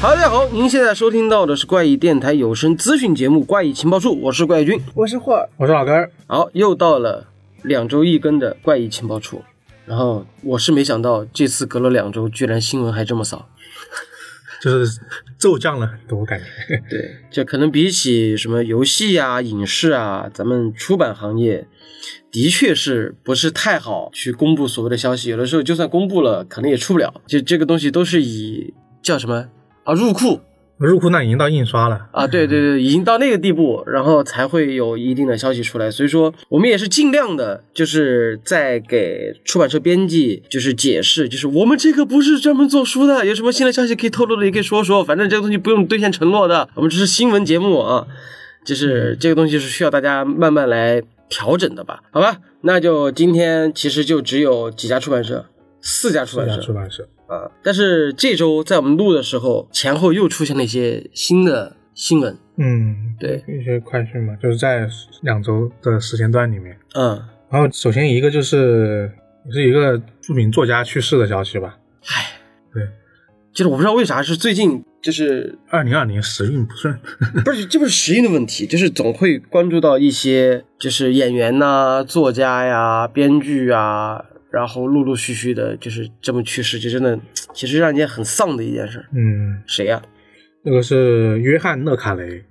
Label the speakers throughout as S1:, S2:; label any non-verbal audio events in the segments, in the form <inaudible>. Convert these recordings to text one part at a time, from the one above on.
S1: 哈喽，大家好，您现在收听到的是怪异电台有声资讯节目《怪异情报处》，我是怪异君。
S2: 我是霍尔，
S3: 我是老根儿，
S1: 好，又到了两周一更的怪异情报处，然后我是没想到这次隔了两周，居然新闻还这么少。
S3: 就是骤降了很多感觉。
S1: 对，这可能比起什么游戏啊、影视啊，咱们出版行业的确是不是太好去公布所谓的消息，有的时候就算公布了，可能也出不了。就这个东西都是以叫什么啊入库
S3: 入库那已经到印刷了，
S1: 啊，对对对，已经到那个地步，然后才会有一定的消息出来。所以说，我们也是尽量的，就是在给出版社编辑就是解释，就是我们这个不是专门做书的，有什么新的消息可以透露的也可以说说，反正这个东西不用兑现承诺的，我们只是新闻节目啊，就是这个东西是需要大家慢慢来调整的吧？好吧，那就今天其实就只有几家出版社，四家出版社，
S3: 出版社
S1: 啊，但是这周在我们录的时候，前后又出现了一些新的新闻。
S3: 嗯，
S1: 对，
S3: 一些快讯嘛，就是在两周的时间段里面。
S1: 嗯，
S3: 然后首先一个就是是一个著名作家去世的消息吧，
S1: 唉，
S3: 对，
S1: 就是我不知道为啥是最近就是
S3: 二零二零时运不顺，
S1: 不是这不是时运的问题，就是总会关注到一些就是演员呐、作家呀、编剧啊，然后陆陆续续的就是这么去世，就真的其实让人家很丧的一件事。
S3: 嗯，
S1: 谁呀、
S3: 那个是约翰·勒卡雷，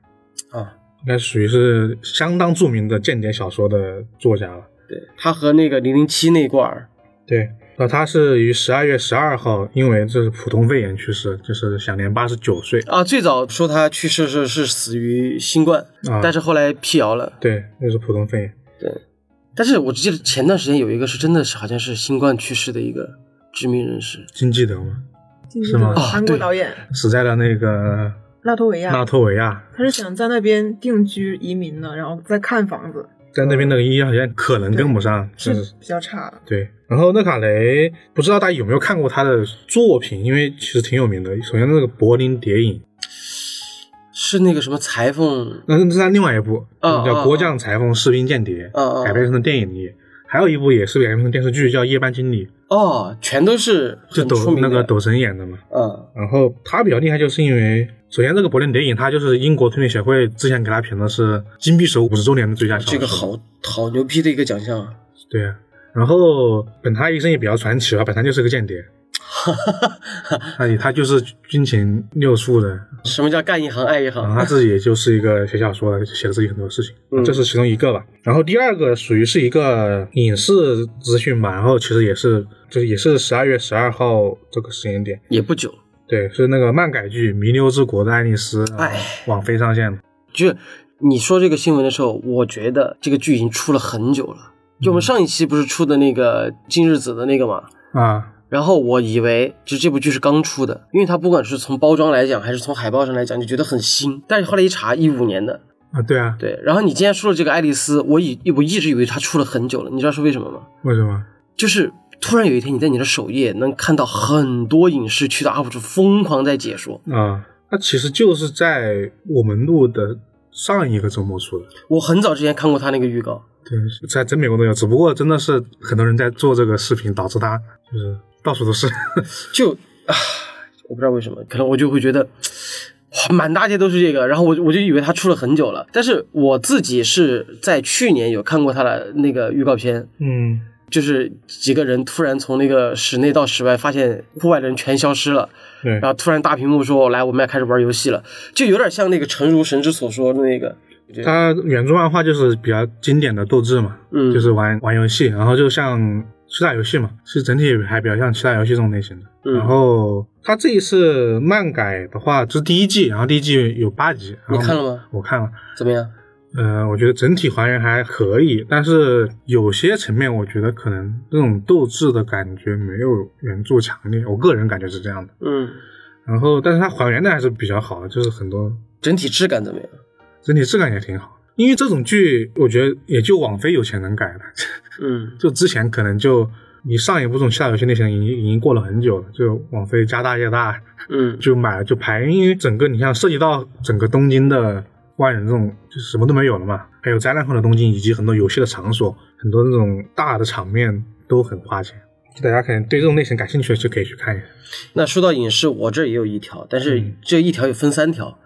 S1: 啊？
S3: 应该属于是相当著名的间谍小说的作家了。
S1: 对他和那个零零七那罐儿，
S3: 对，那他是于十二月十二号因为这是普通肺炎去世，就是享年八十九岁。
S1: 啊，最早说他去世是是死于新冠，
S3: 啊
S1: 但是后来辟谣了。
S3: 对，就是普通肺炎。
S1: 但是我只记得前段时间有一个是真的是好像是新冠去世的一个知名人士
S3: 金基德嘛，
S2: 金
S3: 是吗
S2: 德
S1: 啊
S2: 韩国
S1: 对
S2: 导演，
S3: 死在了那个
S2: 拉脱维
S3: 纳
S2: 亚，
S3: 脱维亚，
S2: 他是想在那边定居移民呢，然后再看房子，
S3: 在那边那个医疗条件可能跟不上，
S2: 是
S3: 就是
S2: 比较差的。
S3: 对。然后勒卡雷，不知道大家有没有看过他的作品，因为其实挺有名的。首先那个《柏林谍影》，
S1: 是那个什么裁缝
S3: 那是他另外一部，
S2: 哦
S1: 啊
S3: 叫
S1: 啊
S3: 《国将裁缝士兵间谍
S1: 啊啊》，
S3: 改编成的电影里。还有一部也是改编成电视剧，叫《夜班经理》，
S1: 哦，全都是
S3: 就
S1: 很出
S3: 抖
S1: 名
S3: 那
S1: 的
S3: 个抖神演的嘛。
S1: 嗯
S3: 然后他比较厉害，就是因为首先这个《柏林谍影》，他就是英国推理协会之前给他评的是金匕首五十周年的最佳小说。
S1: 这个好好牛逼的一个奖项啊！ <laughs>
S3: 对啊，然后本他一生也比较传奇啊吧，本他就是个间谍，他他就是军情六处的，
S1: 什么叫干一行爱一
S3: 然后
S1: 行？
S3: 他自己也就是一个写小说的，写了自己很多事情，
S1: 嗯
S3: 这是其中一个吧。然后第二个属于是一个影视资讯吧，然后其实也是就是也是十二月十二号这个时间点，
S1: 也不久，
S3: 对，是那个漫改剧《弥留之国的爱丽丝》，啊
S1: 哎，
S3: 网飞上线的。
S1: 就是你说这个新闻的时候，我觉得这个剧已经出了很久了。就
S3: 嗯
S1: 我们上一期不是出的那个今日子的那个嘛，
S3: 啊，
S1: 然后我以为就这部剧是刚出的，因为它不管是从包装来讲，还是从海报上来讲，就觉得很新。但是后来一查，一五年的，
S3: 啊，对啊，
S1: 对。然后你今天说的这个爱丽丝，我以我一直以为它出了很久了，你知道是为什么吗？
S3: 为什么？
S1: 就是突然有一天你在你的首页能看到很多影视区的 UP 主疯狂在解说，
S3: 啊，它其实就是在我们录的上一个周末出的，
S1: 我很早之前看过他那个预告，
S3: 对，在整美国都有，只不过真的是很多人在做这个视频，导致它就是到处都是。 <laughs>
S1: 就啊，我不知道为什么，可能我就会觉得。哇满大街都是这个，然后我就我就以为他出了很久了，但是我自己是在去年有看过他的那个预告片，
S3: 嗯，
S1: 就是几个人突然从那个室内到室外，发现户外的人全消失了，
S3: 对
S1: 然后突然大屏幕说：“来，我们要开始玩游戏了。”就有点像那个诚如神之所说的那个，
S3: 它原著漫画就是比较经典的斗志嘛，
S1: 嗯
S3: 就是玩玩游戏，然后就像欺诈游戏嘛，是整体还比较像欺诈游戏这种类型的。
S1: 嗯
S3: 然后它这一次漫改的话，这是第一季，然后第一季有八集，然后
S1: 你看了吗？
S3: 我看了。
S1: 怎么样？
S3: 呃，我觉得整体还原还可以，但是有些层面，我觉得可能这种斗志的感觉没有原著强烈，我个人感觉是这样的。
S1: 嗯，
S3: 然后，但是它还原的还是比较好的，就是很多
S1: 整体质感怎么样？
S3: 整体质感也挺好。因为这种剧，我觉得也就网飞有钱能改了， <laughs>
S1: 嗯
S3: 就之前可能就你上一部这种下游戏类型已经已经过了很久了，就网飞家大业大
S1: 嗯
S3: 就买了就拍，因为整个你像涉及到整个东京的万人这种就是什么都没有了嘛，还有灾难后的东京以及很多游戏的场所，很多那种大的场面都很花钱。大家可能对这种类型感兴趣的，就可以去看一下。
S1: 那说到影视，我这儿也有一条，但是
S3: 嗯
S1: 这一条又分三条，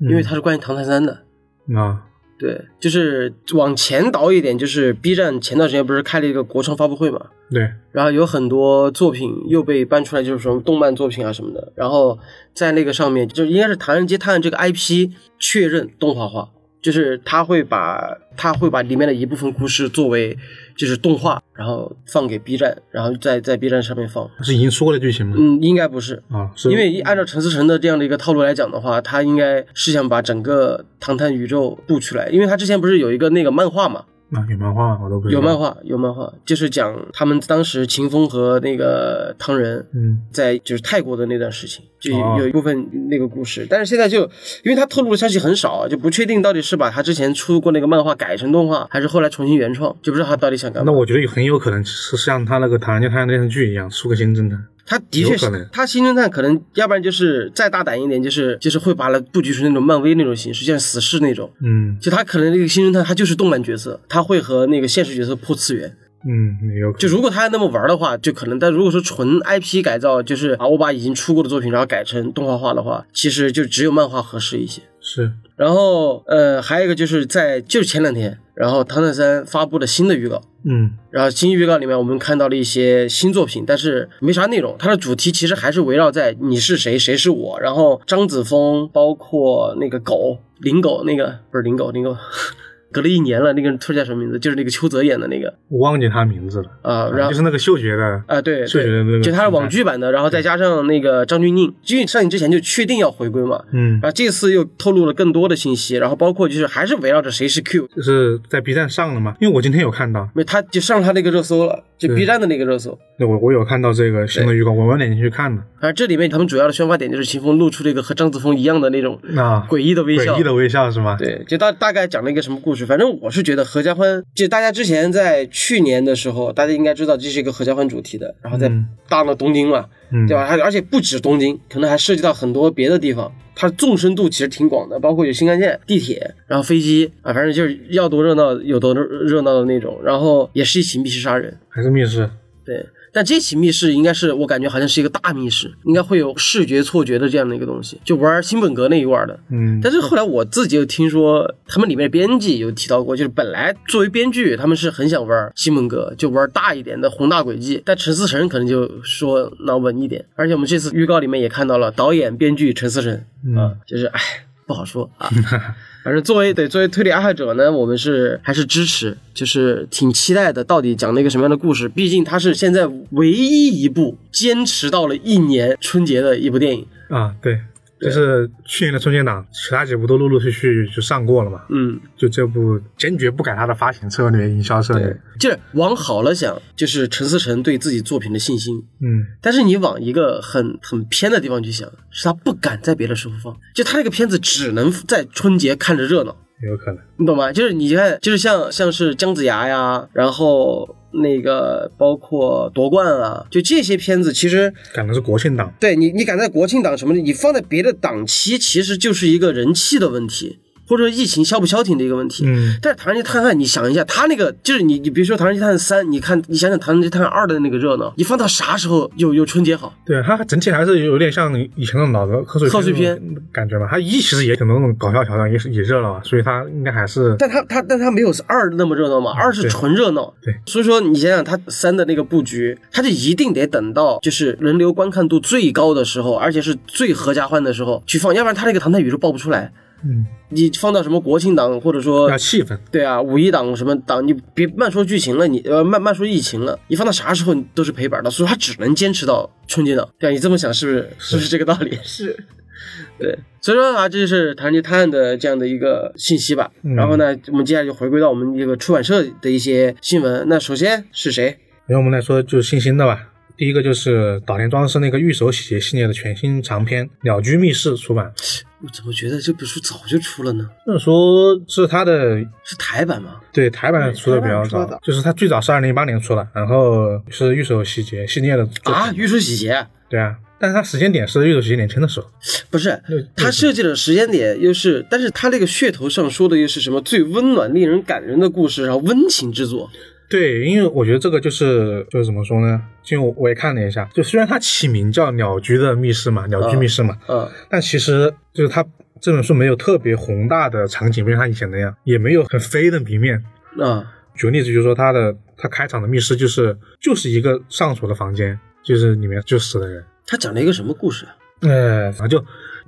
S1: 因为它
S3: 是
S1: 是关于唐探三的。
S3: 嗯啊，
S1: 对，就是往前倒一点，就是 B 站前段时间不是开了一个国创发布会嘛，
S3: 对，
S1: 然后有很多作品又被搬出来，就是什么动漫作品啊什么的。然后在那个上面，就应该是《唐人街探案》这个 IP 确认动画化，就是他会把他会把里面的一部分故事作为就是动画，然后放给 B 站，然后在在 B 站上面放。
S3: 是已经说过的剧情吗？
S1: 嗯，应该不是，
S3: 啊，是
S1: 因为按照陈思诚的这样的一个套路来讲的话，他应该是想把整个唐探宇宙布出来，因为他之前不是有一个那个漫画嘛，
S3: 啊有漫画吗我都不知道
S1: 有漫，画，有漫画，就是讲他们当时秦风和那个唐人。
S3: 嗯
S1: 在就是泰国的那段事情，就有
S3: 哦
S1: 有一部分那个故事，但是现在就因为他透露的消息很少，啊就不确定到底是把他之前出过那个漫画改成动画，还是后来重新原创，就不知道他到底想干嘛。
S3: 那我觉得很有可能是像他那个《唐人街探案》电视剧一样，出个新侦探。
S1: 他的确
S3: 有可能
S1: 是，他新侦探可能要不然就是再大胆一点，就是就是会把它布局成那种漫威那种形式，像死侍那种。
S3: 嗯
S1: 就他可能那个新侦探他就是动漫角色，他会和那个现实角色破次元。
S3: 嗯，也有可能
S1: 就如果他那么玩的话，就可能；但如果说纯 IP 改造，就是啊，我把已经出过的作品然后改成动画化的话，其实就只有漫画合适一些。
S3: 是
S1: 然后呃，还有一个就是在就是前两天，然后《唐探三》发布了新的预告，
S3: 嗯
S1: 然后新预告里面我们看到了一些新作品，但是没啥内容。它的主题其实还是围绕在你是谁，谁是我。然后张子枫，包括那个狗林狗，那个不是林狗，林狗 <laughs> 隔了一年了，那个人突然叫什么名字？就是那个邱泽演的那个
S3: 我忘记他名字了，
S1: 啊、然
S3: 啊
S1: 后
S3: 就是那个嗅觉的
S1: 啊，对，
S3: 嗅觉的那
S1: 对，
S3: 个
S1: 就他是
S3: 形态
S1: 网剧版的，然后再加上那个张钧甯，因为上映之前就确定要回归嘛，
S3: 嗯
S1: 然，后这次又透露了更多的信息，然后包括就是还是围绕着谁是 Q，
S3: 就是在 B 站上了嘛，因为我今天有看到，
S1: 没他就上他那个热搜了，就
S3: 对
S1: B 站的那个热搜。
S3: 对我我有看到这个新的预告，我晚点进去看的。
S1: 而这里面他们主要的宣发点就是秦风露出了一个和张子枫一样的那种
S3: 啊，
S1: 诡异的微笑。
S3: 诡异的微笑是吗？，
S1: 对，就大大概讲了一个什么故事？反正我是觉得合家欢，就大家之前在去年的时候，大家应该知道这是一个合家欢主题的，然后在
S3: 嗯
S1: 大闹东京嘛，
S3: 嗯，
S1: 对吧？还而且不止东京，可能还涉及到很多别的地方。它纵深度其实挺广的，包括有新干线、地铁，然后飞机啊，反正就是要多热闹有多热热闹的那种。然后也是一起密室杀人，
S3: 还是密室。
S1: 对，但这起密室应该是我感觉好像是一个大密室，应该会有视觉错觉的这样的一个东西，就玩新本格那一块儿的。
S3: 嗯，
S1: 但是后来我自己又听说，他们里面的编辑有提到过，就是本来作为编剧，他们是很想玩新本格，就玩大一点的宏大轨迹。但陈思诚可能就说那稳一点，而且我们这次预告里面也看到了导演、编剧陈思诚
S3: 嗯
S1: 啊、就是唉不好说啊。反正作为对作为推理爱好者呢，我们是还是支持，就是挺期待的，到底讲了一个什么样的故事？毕竟它是现在唯一一部坚持到了一年春节的一部电影。
S3: 啊，对，
S1: 对
S3: 就是去年的春节档，其他几部都陆陆续续就上过了嘛，
S1: 嗯，
S3: 就这部坚决不改它的发行策略、营销策略
S1: 对。，就是往好了想，就是陈思诚对自己作品的信心。
S3: 嗯，
S1: 但是你往一个很很偏的地方去想，是他不敢在别的时候放，就他这个片子只能在春节看着热闹。
S3: 有可能。
S1: 你懂吗？就是你看，就是像像是姜子牙呀，然后那个包括夺冠啊，就这些片子，其实
S3: 赶的是国庆档，
S1: 对你，你敢在国庆档什么的，你放在别的档期，其实就是一个人气的问题，或者说疫情消不消停的一个问题。
S3: 嗯，
S1: 但是《唐人街探案》，你想一下，他那个就是你，你别说《唐人街探案三》，你看，你想想《唐人街探案二》的那个热闹，你放到啥时候有有春节好？
S3: 对，它整体还是有点像以前那种老的贺岁
S1: 贺岁片
S3: 那种感觉嘛。它一其实也很多那种搞笑桥段，也是也热闹啊，所以它应该还是
S1: 但他他但他没有二那么热闹嘛，二是
S3: 嗯对
S1: 纯热闹。
S3: 对
S1: 所以说你想想他三的那个布局，他就一定得等到就是人流观看度最高的时候，而且是最合家欢的时候去放，要不然他那个《唐探宇宙》爆不出来。
S3: 嗯，
S1: 你放到什么国庆档，或者说
S3: 要气氛。
S1: 对啊五一档什么档，你别慢说剧情了，你呃慢慢说疫情了，你放到啥时候都是赔本的，所以他只能坚持到春节档。对啊，你这么想是不是是不是这个道理？
S2: 是
S1: 对，所以说啊，这就是《唐人街探案》的这样的一个信息吧。
S3: 嗯
S1: 然后呢，我们接下来就回归到我们这个出版社的一些新闻。那首先是谁？
S3: 然后我们来说就是新兴的吧。第一个就是岛田庄司那个御手洗洁系列的全新长篇《鸟居密室》出版，
S1: 我怎么觉得这本书早就出了呢？
S3: 那说是它的
S1: 是台版吗？
S3: 对台版出的比较
S2: 台版出
S3: 早
S2: 的，
S3: 就是它最早是二零一八年出的，然后是御手洗洁系列的作品
S1: 啊，玉书洗洁
S3: 对啊，但是它时间点是御手洗洁年轻的时候，
S1: 不是
S3: 那，
S1: 他设计的时间点又是，但是他那个噱头上说的又是什么最温暖、令人感人的故事，然后温情之作。
S3: 对，因为我觉得这个就是就是怎么说呢？就我我也看了一下，就虽然它起名叫《鸟居的密室》嘛，《鸟居密室》嘛，
S1: 嗯
S3: 但其实就是它这本书没有特别宏大的场景，不像它以前那样，也没有很飞的平面。
S1: 嗯
S3: 举个例子，就是说它的它开场的密室就是就是一个上锁的房间，就是里面就死了人。
S1: 他讲了一个什么故事啊？
S3: 呃，反正就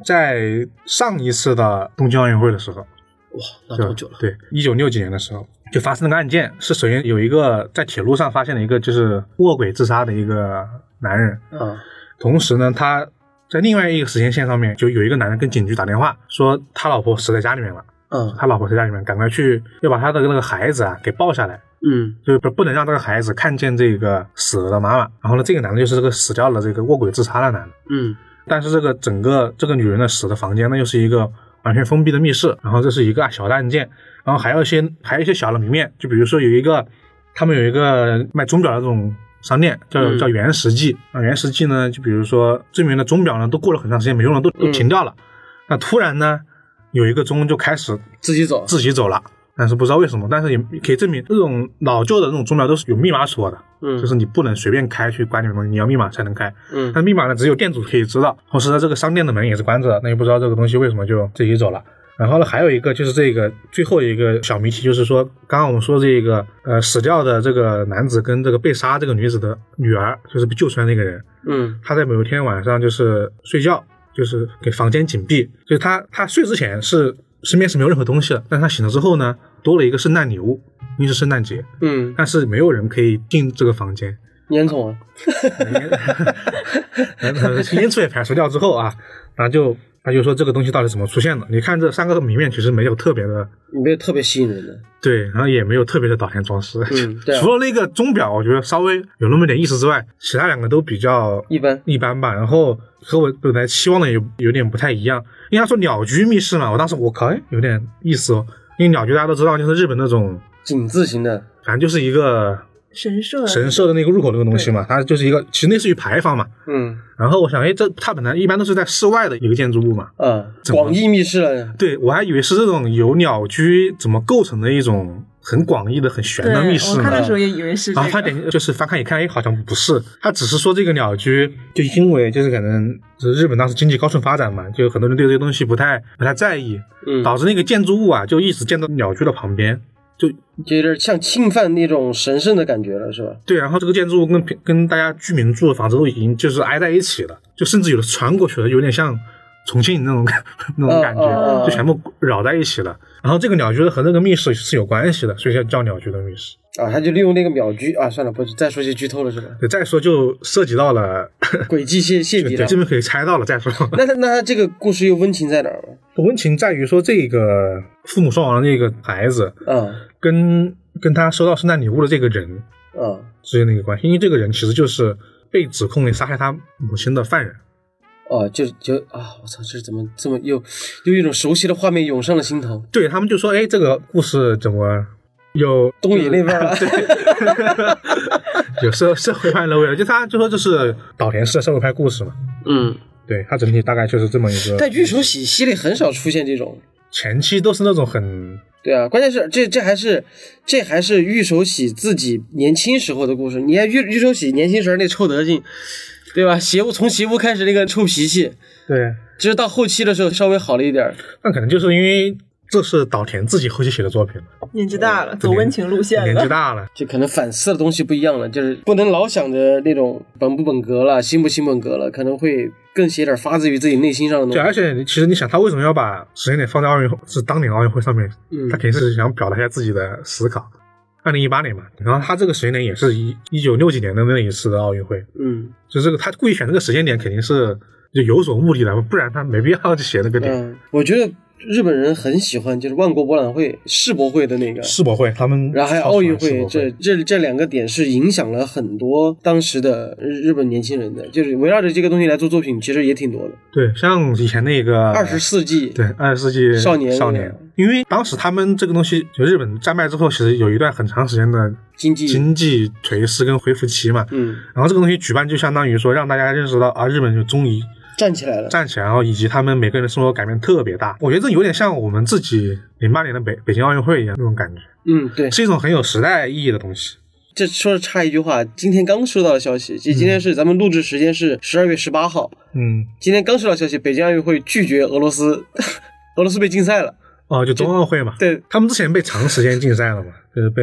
S3: 在上一次的东京奥运会的时候，
S1: 哇，那
S3: 对
S1: 啊多久了？
S3: 对，一九六几年的时候就发生了个案件，是首先有一个在铁路上发现了一个就是卧轨自杀的一个男人，
S1: 啊
S3: 同时呢，他在另外一个时间线上面就有一个男人跟警局打电话说他老婆死在家里面了，
S1: 嗯
S3: 他老婆死在家里面，赶快去要把他的那个孩子啊给抱下来。
S1: 嗯
S3: 就是不不能让这个孩子看见这个死了的妈妈。然后呢，这个男的就是这个死掉了这个卧轨自杀的男的。
S1: 嗯
S3: 但是这个整个这个女人的死的房间呢，又是一个完全封闭的密室，然后这是一个小的案件，然后还有一些还有一些小的谜面，就比如说有一个他们有一个卖钟表的这种商店，叫、
S1: 嗯
S3: 叫原石记啊，原石记呢，就比如说这里面的钟表呢，都过了很长时间没用了，都都
S1: 嗯
S3: 停掉了，那突然呢，有一个钟就开始
S1: 自己走。
S3: 自己走了。但是不知道为什么，但是也可以证明，这种老旧的那种钟表都是有密码锁的，
S1: 嗯
S3: 就是你不能随便开去关里面东西，你要密码才能开。
S1: 嗯
S3: 那密码呢，只有店主可以知道。同时呢，这个商店的门也是关着的，那也不知道这个东西为什么就自己走了。然后呢，还有一个就是这个最后一个小谜题，就是说刚刚我们说这个呃死掉的这个男子跟这个被杀这个女子的女儿，就是被救出来那个人，
S1: 嗯
S3: 他在某一天晚上就是睡觉，就是给房间紧闭，就是他他睡之前是身边是没有任何东西的，但是他醒了之后呢，多了一个圣诞礼物，因为是圣诞节，
S1: 嗯，
S3: 但是没有人可以进这个房间，
S1: 烟囱啊，
S3: 烟囱也排除掉之后啊，然后就他就说这个东西到底怎么出现的？你看这三个谜面其实没有特别的
S1: 你没有特别吸引人的。
S3: 对，然后也没有特别的导线装饰，
S1: 嗯对啊
S3: 除了那个钟表，我觉得稍微有那么点意思之外，其他两个都比较
S1: 一般
S3: 一般吧。然后和我本来期望的有有点不太一样，因为他说鸟居密室嘛，我当时我靠，哎有点意思哦。因为鸟居大家都知道，就是日本那种，
S1: 井字形的，
S3: 反正就是一个
S2: 神社啊
S3: 神社的那个入口那个东西嘛，它就是一个其实类似于牌坊嘛。
S1: 嗯
S3: 然后我想，哎，这它本来一般都是在室外的一个建筑物嘛，
S1: 啊，
S3: 怎么
S1: 广义密室了。
S3: 对我还以为是这种由鸟居怎么构成的一种很广义的、很玄
S2: 对，
S3: 的密室
S2: 我
S3: 呢
S2: 看。的时候也以为是这
S3: 然后啊他
S1: <laughs>
S2: 个。
S3: 点就是翻看一看，哎，好像不是，他只是说这个鸟居，就因为就是可能就是日本当时经济高速发展嘛，就很多人对这些东西不太不太在意，
S1: 嗯，
S3: 导致那个建筑物啊就一直建到鸟居的旁边，就
S1: 就有点像侵犯那种神圣的感觉了，是吧？
S3: 对，然后这个建筑物跟平跟大家居民住的房子都已经就是挨在一起了，就甚至有的穿过去了，有点像重庆那种那种感 <laughs> 觉，
S1: 嗯嗯嗯
S3: 就全部绕在一起了。然后这个鸟居和那个密室是有关系的，所以叫叫鸟居的密室。
S1: 啊，他就利用那个秒居啊，算了，不再说些剧透了，是
S3: <laughs>
S1: 吧？
S3: 对，再说就涉及到了，
S1: 诡计泄泄
S3: 对
S1: 底
S3: 对，
S1: 了
S3: 这。边可以猜到了。再说，
S1: 那他那他这个故事又温情在哪儿吗？
S3: 温情在于说这个父母双亡的那个孩子
S1: 啊
S3: 跟跟他收到圣诞礼物的这个人
S1: 啊
S3: 之间的一个关系，因为这个人其实就是被指控为杀害他母亲的犯人。
S1: 哦，就就啊，我操，这是怎么这么又又一种熟悉的画面涌上了心头，
S3: 对他们就说，哎，这个故事怎么有
S1: 东野那边
S3: <laughs>
S1: 了。
S3: 有社社会派的味了？就他就说这是岛田式的社会派故事嘛。
S1: 嗯，
S3: 对，它整体大概就是这么一
S1: 但
S3: 个，
S1: 御手洗系列很少出现这种。
S3: 前期都是那种很
S1: 对啊，关键是这这还是这还是御手洗自己年轻时候的故事。你看御御手洗年轻时候那臭德性，对吧？邪物从邪物开始那个臭脾气，
S3: 对，
S1: 只是到后期的时候稍微好了一点儿。
S3: 那可能就是因为这是岛田自己后期写的作品，
S2: 年纪大了，走温情路线
S3: 哦年纪
S2: 了。
S3: 大了，
S1: 就可能反思的东西不一样了，就是不能老想着那种本不本格了，新不新本格了，可能会更写点发自于自己内心上的东
S3: 对，而
S1: 西。
S3: 且其实你想，他为什么要把时间点放在奥运会，是当年奥运会上面？
S1: 嗯
S3: 他肯定是想表达一下自己的思考。二零一八年嘛，然后他这个时间点也是一一九六几年的那一次的奥运会，
S1: 嗯
S3: 就这个他故意选这个时间点，肯定是就有所目的的，不然他没必要去写那个点。
S1: 嗯，我觉得日本人很喜欢就是万国博览会、世博会的那个，
S3: 世博会他们
S1: 然后还有
S3: 超喜
S1: 奥
S3: 欢
S1: 运
S3: 世
S1: 会，
S3: 博
S1: 这这这两个点是影响了很多当时的日日本年轻人的，就是围绕着这个东西来做作品，其实也挺多的。
S3: 对像以前那个
S1: 二十世纪，
S3: 呃对二十世纪
S1: 少年
S3: 少年，因为当时他们这个东西，就日本战败之后，其实有一段很长时间的
S1: 经济，
S3: 经济颓势跟恢复期嘛。
S1: 嗯，
S3: 然后这个东西举办就相当于说让大家认识到啊，日本就终于
S1: 站起来了。
S3: 站起来，然啊后以及他们每个人的生活改变特别大。我觉得这有点像我们自己零八年的北北京奥运会一样那种感觉，
S1: 嗯，对，
S3: 是一种很有时代意义的东西。
S1: 这说的差一句话，今天刚收到的消息，就今天是咱们录制时间是十二月十八号，
S3: 嗯，
S1: 今天刚收到消息，北京奥运会拒绝俄罗斯， <laughs> 俄罗斯被禁赛了。
S3: 哦，就冬奥会嘛，
S1: 对，
S3: 他们之前被长时间禁赛了嘛，就是被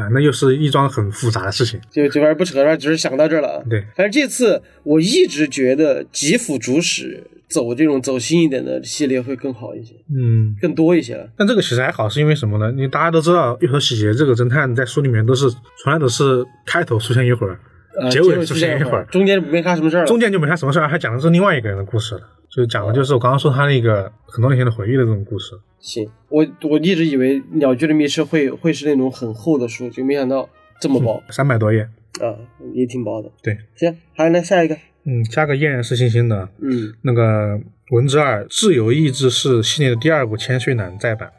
S3: 啊，那又是一桩很复杂的事情。
S1: 就就反正不扯，反正只是想到这儿了啊。
S3: 对，
S1: 反正这次我一直觉得吉辅主使走这种走心一点的系列会更好一些，
S3: 嗯，
S1: 更多一些了。
S3: 但这个其实还好，是因为什么呢？因为大家都知道，玉和喜结这个侦探在书里面都是从来都是开头出现一会儿，
S1: 呃，
S3: 结尾出现一会儿，
S1: 中间没啥什么事儿了。
S3: <laughs> 中间就没他什么事儿，还讲的是另外一个人的故事了，就是讲的就是我刚刚说他那个很多年前的回忆的这种故事。
S1: 行，我我一直以为《鸟居的密室会》会是那种很厚的书，就没想到这么薄、
S3: 三百多页。
S1: 啊，也挺薄的。
S3: 对，
S1: 行，还有呢，下一个，
S3: 嗯，加个依然是星星的
S1: 嗯，
S3: 那个文之二《自由意志》是系列的第二部《千岁男》再版。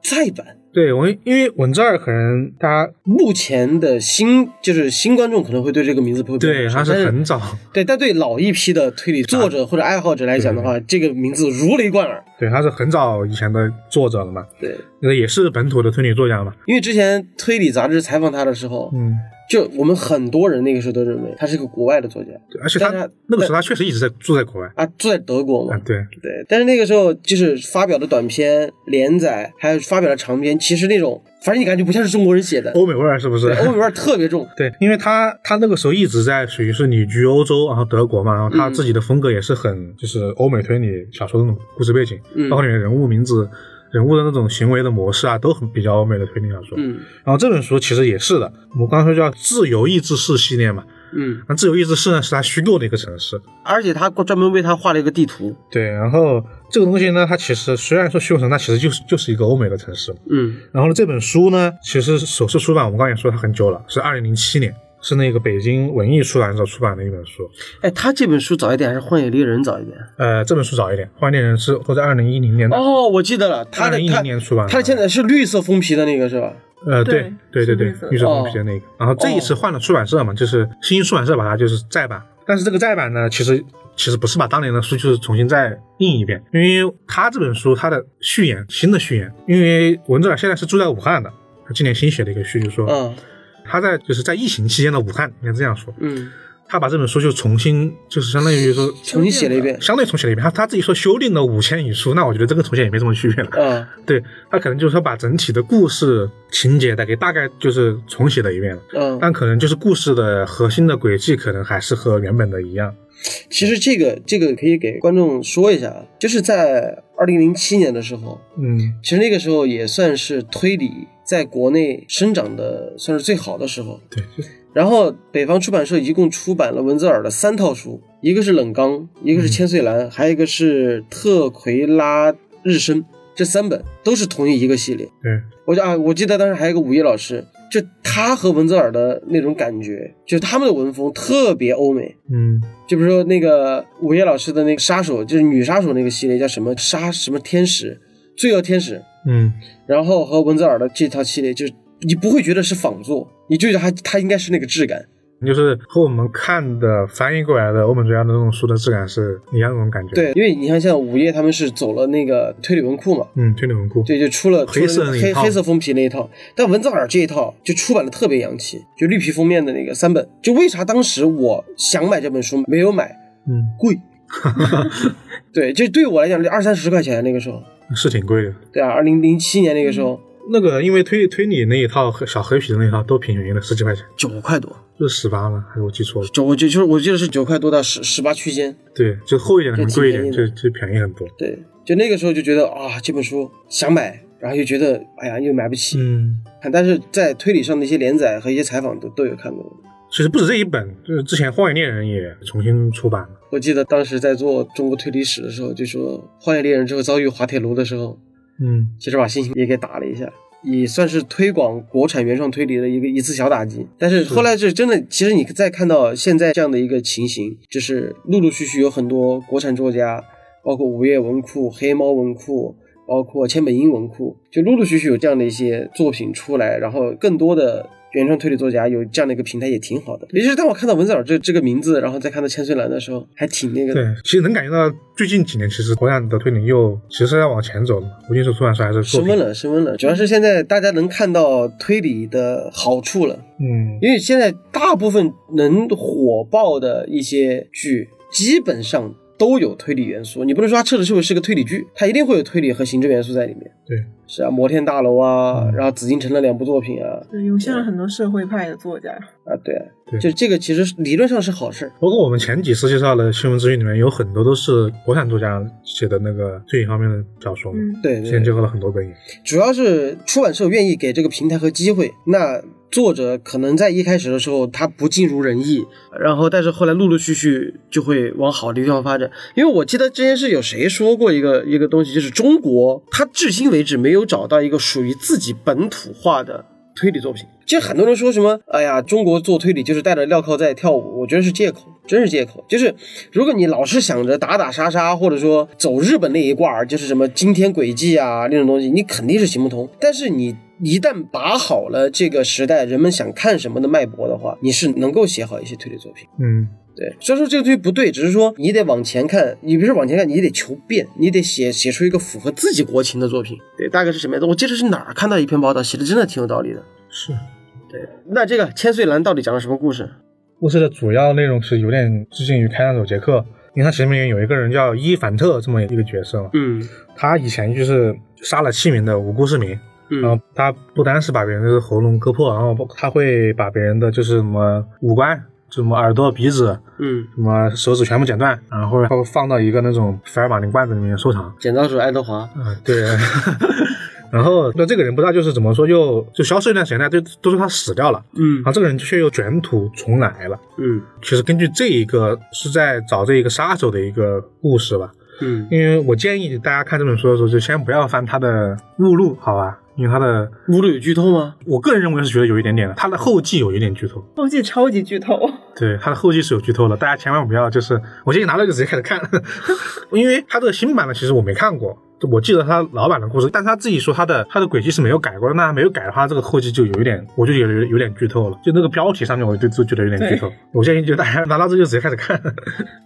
S1: 再版，
S3: 对，我因为文之二可能大家
S1: 目前的新就是新观众可能会对这个名字不会
S3: 对他
S1: 他
S3: 是很啊早，
S1: 对，但对老一批的推理作者或者爱好者来讲的话，这个名字如雷贯耳。
S3: 对他是很早以前的作者了嘛，
S1: 对，
S3: 那个也是本土的推理作家嘛。
S1: 因为之前推理杂志采访他的时候，
S3: 嗯，
S1: 就我们很多人那个时候都认为他是个国外的作家
S3: 对而且他
S1: 但他
S3: 那个时候他确实一直在住在国外。
S1: 啊，住在德国
S3: 啊
S1: 嘛，。
S3: 对，
S1: 对，但是那个时候就是发表的短篇、连载，还有发表的长篇，其实那种反正你感觉不像是中国人写的，
S3: 欧美味儿是不是
S1: 对？欧美味儿特别
S3: <laughs>
S1: 重。
S3: 对，因为他他那个时候一直在属于是旅居欧洲，然后德国嘛，然后他
S1: 嗯
S3: 自己的风格也是很就是欧美推理小说的那种故事背景，
S1: 嗯
S3: 包括里面人物名字、人物的那种行为的模式啊，都很比较欧美的推理小说。
S1: 嗯
S3: 然后这本书其实也是的，我们刚刚说叫自由意志式系列嘛，
S1: 嗯，
S3: 那自由意志式呢是他虚构的一个城市，
S1: 而且他专门为他画了一个地图。
S3: 对，然后这个东西呢，它其实虽然说虚构城，它其实就是就是一个欧美的城市嘛。
S1: 嗯
S3: 然后呢，这本书呢，其实首次出版我们刚才也说它很久了，是二零零七年，是那个北京文艺出版社出版的一本书。
S1: 哎，他这本书早一点还是《荒野猎人》早一点？
S3: 呃，这本书早一点，《荒野猎人》是或者二零一零年的，
S1: 哦，我记得了，他
S3: 二
S1: 的
S3: 零一
S1: 他
S3: 零年出版的。
S1: 他现在是绿色封皮的那个是吧？
S3: 呃，对
S2: 对
S3: 对对对
S2: 是绿色，的
S3: 绿色封皮的那个。
S1: 哦
S3: 然后这一次换了出版社嘛，就是新出版社把它就是再版，但是这个再版呢，其实其实不是把当年的书就是重新再印一遍，因为他这本书它的序言，新的序言，因为文志尔现在是住在武汉的，他今年新写的一个序就说，
S1: 嗯
S3: 他在就是在疫情期间的武汉，应该这样说，
S1: 嗯，
S3: 他把这本书就重新就是相当于说。
S1: 重新写了一遍。
S3: 相对重写了一遍，他他自己说修订了五千余书，那我觉得这个重写也没什么区别了。
S1: 嗯
S3: 对他可能就是说把整体的故事情节再给大概就是重写了一遍了，
S1: 嗯，
S3: 但可能就是故事的核心的轨迹可能还是和原本的一样。
S1: 其实这个这个可以给观众说一下啊，就是在二零零七年的时候，
S3: 嗯
S1: 其实那个时候也算是推理在国内生长的算是最好的时候。
S3: 对，
S1: <laughs> 然后北方出版社一共出版了文泽尔的三套书，一个是《冷刚》，一个是《千岁兰》，还有一个是《特奎拉日升》，这三本都是同一一个系列。
S3: 对，
S1: 我就啊，我记得当时还有一个午夜老师，就他和文泽尔的那种感觉，就他们的文风特别欧美。
S3: 嗯
S1: 就比如说那个午夜老师的那个杀手，就是女杀手那个系列叫什么杀什么天使，罪恶天使，
S3: 嗯，
S1: 然后和文泽尔的这套系列，就是你不会觉得是仿作，你就觉得它它应该是那个质感。
S3: 就是和我们看的翻译过来的欧本作家的那种书的质感是一样的那种感觉。，
S1: 对，因为你看像午夜他们是走了那个推理文库嘛，
S3: 嗯，推理文库。
S1: 对，就出了
S3: 黑色
S1: 出了
S3: 那一
S1: 黑
S3: 套
S1: 黑色封皮那一套，但文泽尔这一套就出版的特别洋气，就绿皮封面的那个三本。就为啥当时我想买这本书没有买，
S3: 嗯， <laughs>
S1: 贵。对，就对我来讲，这二三十块钱那个时候，
S3: 是挺贵的。
S1: 对啊，二零零七年那个时候
S3: 那个因为推推理那一套和小黑皮的那一套都挺便宜的，十几块钱，
S1: 九块多，
S3: 就是十八吗？还是我记错了？
S1: 九我就就是我记得是九块多到十十八区间，
S3: 对，就厚一点的
S1: 就
S3: 很
S1: 挺
S3: 贵一
S1: 便
S3: 点，
S1: 宜的
S3: 就就便宜很多。
S1: 对，就那个时候就觉得啊，这本书想买，然后又觉得哎呀又买不起，
S3: 嗯，
S1: 但是在推理上的一些连载和一些采访都都有看过。
S3: 其实不止这一本，就是之前《荒野猎人》也重新出版了。
S1: 我记得当时在做中国推理史的时候，就说《荒野猎人》之后遭遇滑铁卢的时候，
S3: 嗯，
S1: 其实把心情也给打了一下，也算是推广国产原创推理的一个一次小打击。但是后来是真的，其实你再看到现在这样的一个情形，就是陆陆续续有很多国产作家，包括午夜文库、黑猫文库。包括千本樱文库，就陆陆续续有这样的一些作品出来，然后更多的原创推理作家有这样的一个平台也挺好的。也就是当我看到文字岛这这个名字，然后再看到千岁兰的时候，还挺那个的。
S3: 对，其实能感觉到最近几年，其实国产的推理又其实要往前走了。无论是出版社还是作
S1: 升
S3: 品
S1: 温，了，升温了，主要是现在大家能看到推理的好处了。
S3: 嗯，
S1: 因为现在大部分能火爆的一些剧，基本上都有推理元素。你不能说它彻头彻尾是个推理剧，它一定会有推理和刑侦元素在里面。
S3: 对，
S1: 是啊，摩天大楼啊，
S3: 嗯
S1: 然后紫禁城的两部作品啊，
S2: 对，涌现了很多社会派的作家，
S1: 啊，对啊，
S3: 对
S1: 就这个其实理论上是好事。
S3: 包括我们前几次介绍的新闻资讯里面，有很多都是国产作家写的那个推理方面的小说嘛，
S2: 嗯，
S1: 对
S3: 现在
S1: 对，
S3: 结合了很多本也。
S1: 主要是出版社愿意给这个平台和机会，那作者可能在一开始的时候他不尽如人意，然后但是后来陆陆续续就会往好的地方发展。因为我记得之前是有谁说过一个一个东西，就是中国它至今为止没有找到一个属于自己本土化的推理作品。其实很多人说什么，哎呀，中国做推理就是戴着镣铐在跳舞，我觉得是借口，真是借口。就是如果你老是想着打打杀杀，或者说走日本那一挂儿，就是什么惊天诡计啊那种东西，你肯定是行不通。但是你一旦把好了这个时代人们想看什么的脉搏的话，你是能够写好一些推理作品。
S3: 嗯，
S1: 对，虽然说这个东西不对，只是说你得往前看，你不是往前看，你得求变，你得写写出一个符合自己国情的作品。对，大概是什么样的？我记得是哪儿看到一篇报道，写的真的挺有道理的。
S3: 是。
S1: 对，那这个千岁兰到底讲了什么故事？
S3: 故事的主要内容是有点致敬于《开膛手杰克》，因为它前面有一个人叫伊凡特这么一个角色嘛，
S1: 嗯
S3: 他以前就是杀了七名的无辜市民，
S1: 嗯
S3: 然
S1: 啊
S3: 后他不单是把别人的喉咙割破，然后他会把别人的就是什么五官，什么耳朵、鼻子、
S1: 嗯，
S3: 什么手指全部剪断，然后会放到一个那种福尔马林罐子里面收藏。
S1: 剪刀手爱德华。
S3: 啊、对。 <laughs> 然后那这个人不知道就是怎么说，又就消失一段时间，但都都说他死掉了，
S1: 嗯
S3: 然后这个人却又卷土重来了。
S1: 嗯
S3: 其实根据这一个是在找这一个杀手的一个故事吧，
S1: 嗯，
S3: 因为我建议大家看这本书的时候，就先不要翻他的目录，好吧？因为他的，
S1: 屋里有剧透吗？
S3: 我个人认为是觉得有一点点的，他的后记有一点剧透，
S2: 后记超级剧透，
S3: 对，他的后记是有剧透的，大家千万不要就是，我建议拿到就直接开始看， <laughs> 因为他这个新版的其实我没看过。我记得他老版的故事，但他自己说他的他的轨迹是没有改过的，那没有改的话，这个后记就有一点，我就有有有点剧透了，就那个标题上面我就就觉得有点剧透。我建议就大家拿到这就直接开始看。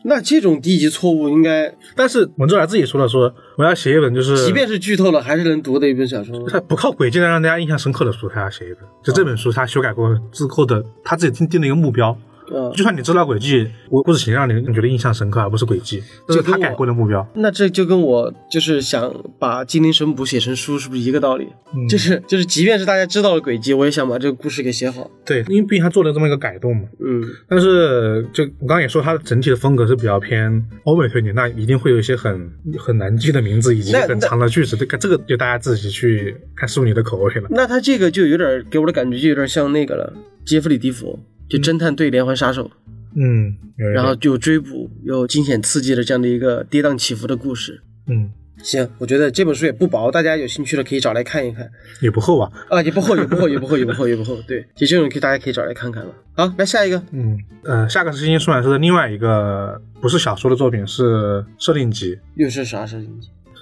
S1: 那这种低级错误，应该
S3: 但是文志来自己说了说，我要写一本就是，
S1: 即便是剧透了，还是能读的一本小说。
S3: 他不靠轨迹能让大家印象深刻的书，他要写一本。就这本书，他修改过之后的，他自己定定了一个目标。
S1: 嗯，
S3: 就算你知道轨迹，我故事情让你你觉得印象深刻，而不是轨迹，这
S1: 这
S3: 是
S1: 跟
S3: 他
S1: 我
S3: 改过的目标。
S1: 那这就跟我就是想把《精灵神捕》写成书，是不是一个道理？
S3: 嗯
S1: 就是就是，即便是大家知道了轨迹，我也想把这个故事给写好。
S3: 对，因为毕竟他做了这么一个改动嘛。
S1: 嗯
S3: 但是就我刚刚也说，他整体的风格是比较偏欧美推理，那一定会有一些很很难记的名字以及
S1: 那
S3: 很
S1: 那
S3: 长的句子。这个这个就大家自己去看淑你的口味了，。
S1: 那他这个就有点给我的感觉就有点像那个了，杰弗里·迪佛，就侦探对连环杀手，
S3: 嗯，有一点
S1: 然后就追捕又惊险刺激的这样的一个跌宕起伏的故事。
S3: 嗯
S1: 行，我觉得这本书也不薄，大家有兴趣的可以找来看一看
S3: 也不厚啊，
S1: 啊，也不厚，也不厚，也不厚，也不厚，也不厚。对，就这种可以大家可以找来看看了。好，来下一个，
S3: 嗯，呃，下个是新出版社的另外一个不是小说的作品，是设定集，
S1: 又是啥事情？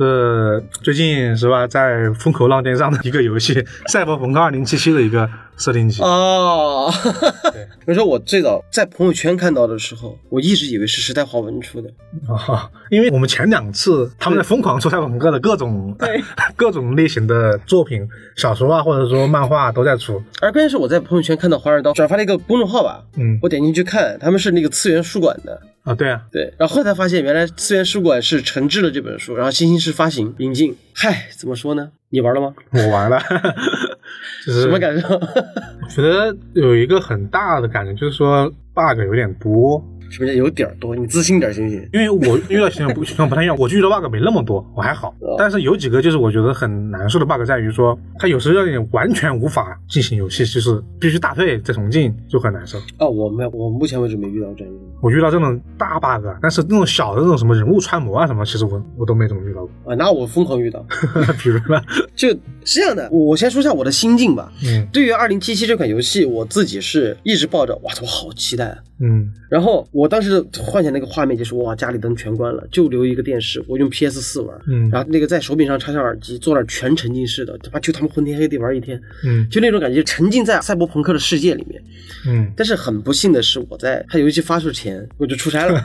S3: 是最近是吧，在风口浪尖上的一个游戏《赛博朋克2077》的一个设定集。
S1: 哦， <laughs>
S3: 对
S1: 我说我最早在朋友圈看到的时候，我一直以为是时代华文出的。
S3: 哦，因为我们前两次他们在疯狂出赛博朋克的各种
S2: 对
S3: <laughs> 各种类型的作品，小说啊，或者说漫画啊都在出。
S1: 而关键是我在朋友圈看到华尔刀转发了一个公众号吧，
S3: 嗯，
S1: 我点进去看，他们是那个次元书馆的，
S3: 啊，对啊，
S1: 对，然后后来才发现原来次元书馆是承制了这本书，然后新兴市发行引进。嗨，怎么说呢？你玩了吗？
S3: 我玩了， <laughs> 就是
S1: 什么感受？ <laughs>
S3: 觉得有一个很大的感觉，就是说 bug 有点多。
S1: 什么叫有点儿多？你自信点儿行不行？
S3: 因为我遇到情况不 <laughs> 情况不太一样，我遇到 bug 没那么多，我还好
S1: 哦。
S3: 但是有几个就是我觉得很难受的 bug 在于说，它有时候让你完全无法进行游戏，就是必须大退再重进，就很难受。
S1: 哦，我没有，我目前为止没遇到这样的
S3: 我遇到这种大 bug，但是那种小的那种什么人物穿模啊什么，其实我我都没怎么遇到过。 <laughs>
S1: 啊，那我疯狂遇到。 <laughs>
S3: 比如呢，
S1: 就是这样的，我我先说一下我的心境吧。
S3: 嗯
S1: 对于《二零七七》这款游戏，我自己是一直抱着哇，我好期待啊！
S3: 嗯
S1: 然后我我当时幻想那个画面就是哇，家里灯全关了，就留一个电视，我用 PS 四玩，
S3: 嗯
S1: 然后那个在手柄上插上耳机，坐那儿全沉浸式的，他妈就他妈昏天黑地玩一天，
S3: 嗯
S1: 就那种感觉，沉浸在赛博朋克的世界里面。
S3: 嗯， <laughs>
S1: 但是很不幸的是，我在它游戏发售前我就出差
S3: <laughs>
S1: 了，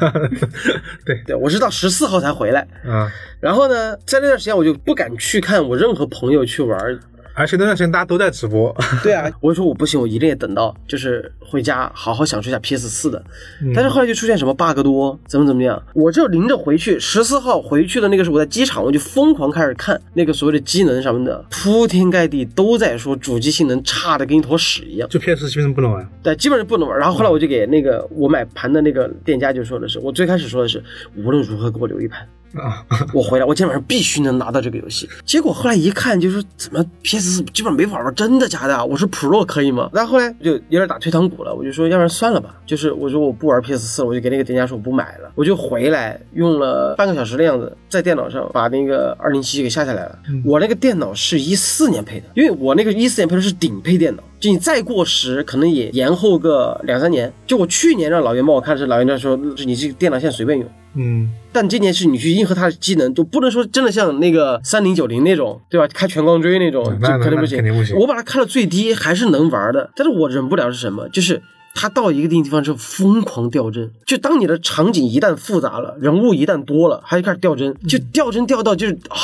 S3: 对
S1: 对我是到十四号才回来。
S3: 啊，
S1: 然后呢，在那段时间我就不敢去看我任何朋友去玩儿，
S3: 而且那段时间大家都在直播，
S1: 对啊，我就说我不行，我一定得等到就是回家好好享受一下 PS 四的。
S3: 嗯
S1: 但是后来就出现什么 bug 多，怎么怎么样，我就临着回去，十四号回去的那个时候，我在机场我就疯狂开始看那个所谓的机能什么的，铺天盖地都在说主机性能差的跟一坨屎一样。
S3: 就 PS 七为什么不能玩？
S1: 对，基本上不能玩。然后后来我就给那个我买盘的那个店家就说的是，我最开始说的是无论如何给我留一盘，
S3: 啊，
S1: 我回来我今天晚上必须能拿到这个游戏。结果后来一看，就说怎么 PS 四基本上没法玩，真的假的啊？我说 Pro 可以吗？然后后来就有点打退堂鼓了，我就说要不然算了吧，就是我说我不玩 PS 四了，我就给那个店家说我不买了，我就回来用了半个小时的样子，在电脑上把那个二零七七给下下来了。我那个电脑是一四年配的，因为我那个一四年配的是顶配电脑。就你再过时，可能也延后个两三年。就我去年让老袁帮我看的时候，老袁就说：“是你这个电脑现在随便用。”
S3: 嗯，
S1: 但这件事你去迎合它的机能，就不能说真的像那个三零九零那种，对吧？开全光追那种，
S3: 那
S1: 就可能
S3: 那
S1: 不行。
S3: 肯定不行
S1: 我把它开到最低还是能玩的，但是我忍不了是什么？就是。它到一个地方之后疯狂掉帧，就当你的场景一旦复杂了，人物一旦多了，它就开始掉
S3: 嗯
S1: 帧，就掉帧掉到就是啊，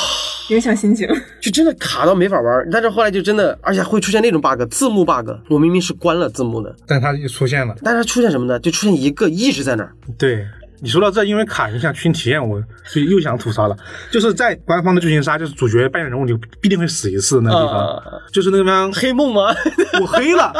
S2: 影响
S3: <laughs>
S2: 心情。
S1: 就真的卡到没法玩。但是后来就真的，而且会出现那种 bug，字幕 bug，我明明是关了字幕的，
S3: 但它又出现了。
S1: 但是它出现什么呢？就出现一个一直在那儿，
S3: 对，你说到这，因为卡影响剧情体验，我就又想吐槽了，就是在官方的剧情杀，就是主角扮演人物你必定会死一次那个地方，
S1: 啊，
S3: 就是那个地方
S1: 黑梦吗？ <laughs>
S3: 我黑了。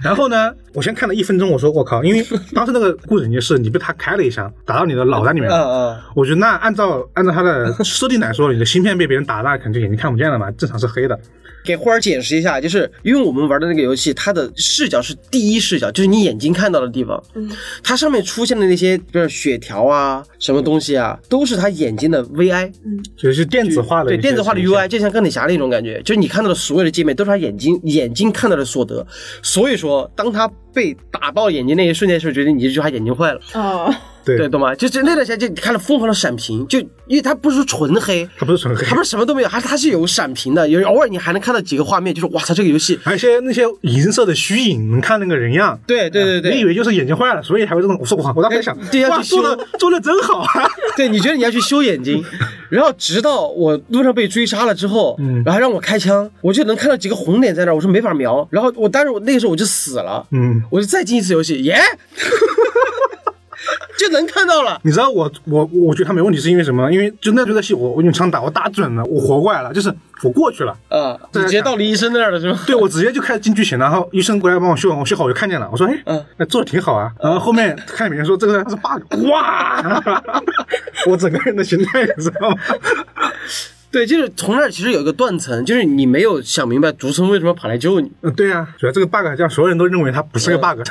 S3: 然后呢，我先看了一分钟，我说我靠，因为当时那个故事你是你被他开了一枪，打到你的脑袋里
S1: 嗯
S3: 面了。
S1: 嗯，
S3: 我觉得那按照按照他的设定来说，你的芯片被别人打，那肯定眼睛看不见了嘛，正常是黑的。
S1: 给花儿解释一下，就是因为我们玩的那个游戏，它的视角是第一视角，就是你眼睛看到的地方。
S2: 嗯，
S1: 它上面出现的那些，比如血条啊、什么东西啊，都是他眼睛的 VI，
S3: 就是电子化的一
S1: 对
S3: 些
S1: 电子化的
S3: 呈现
S1: UI，就像钢铁侠那种感觉，就是你看到的所有的界面都是他眼睛眼睛看到的所得。所以说，当他被打爆眼睛那一瞬间的时候，觉得你这句话眼睛坏了，
S2: 哦，
S1: 对，
S3: 对，
S1: 懂吗？就是那段时间就看了疯狂的闪屏，就因为它不是纯黑。
S3: 它不是纯黑
S1: 它，不是什么都没有，还它是有闪屏的，有偶尔你还能看到几个画面，就是哇操，这个游戏
S3: 而且那些银色的虚影能看那个人样。
S1: 对对对对，
S3: 啊
S1: 哎
S3: 你以为就是眼睛坏了，所以才会这种。我说我我当时想，
S1: 对呀
S3: 哇，
S1: 就修
S3: 做的做的真
S1: <laughs>
S3: 好啊！
S1: 对，你觉得你要去修眼
S3: <laughs>
S1: 睛，然后直到我路上被追杀了之后，
S3: 嗯
S1: 然后让我开枪，我就能看到几个红点在那儿，我说没法瞄，然后我当时我那个时候我就死了，
S3: 嗯，
S1: 我就再进一次游戏，耶， <laughs> 就能看到了。
S3: 你知道我我我觉得他没问题是因为什么？因为就那段戏我我用枪打，我打准了，我活过来了，就是我过去了。
S1: <laughs> 啊、你直接到了医生那儿了是吗？
S3: 对，我直接就开始进剧情，然后医生过来帮我修完，我修好我就看见了，我说哎，
S1: 嗯
S3: 那做的挺好啊。然后后面看别人说这个是 bug，哇，
S1: <laughs>
S3: 我整个人的心态你知道吗？
S1: <laughs> 对，就是从那儿其实有一个断层，就是你没有想明白竹村为什么跑来救你。
S3: 嗯，对啊，主要这个 bug 让所有人都认为它不是个
S1: 嗯
S3: bug，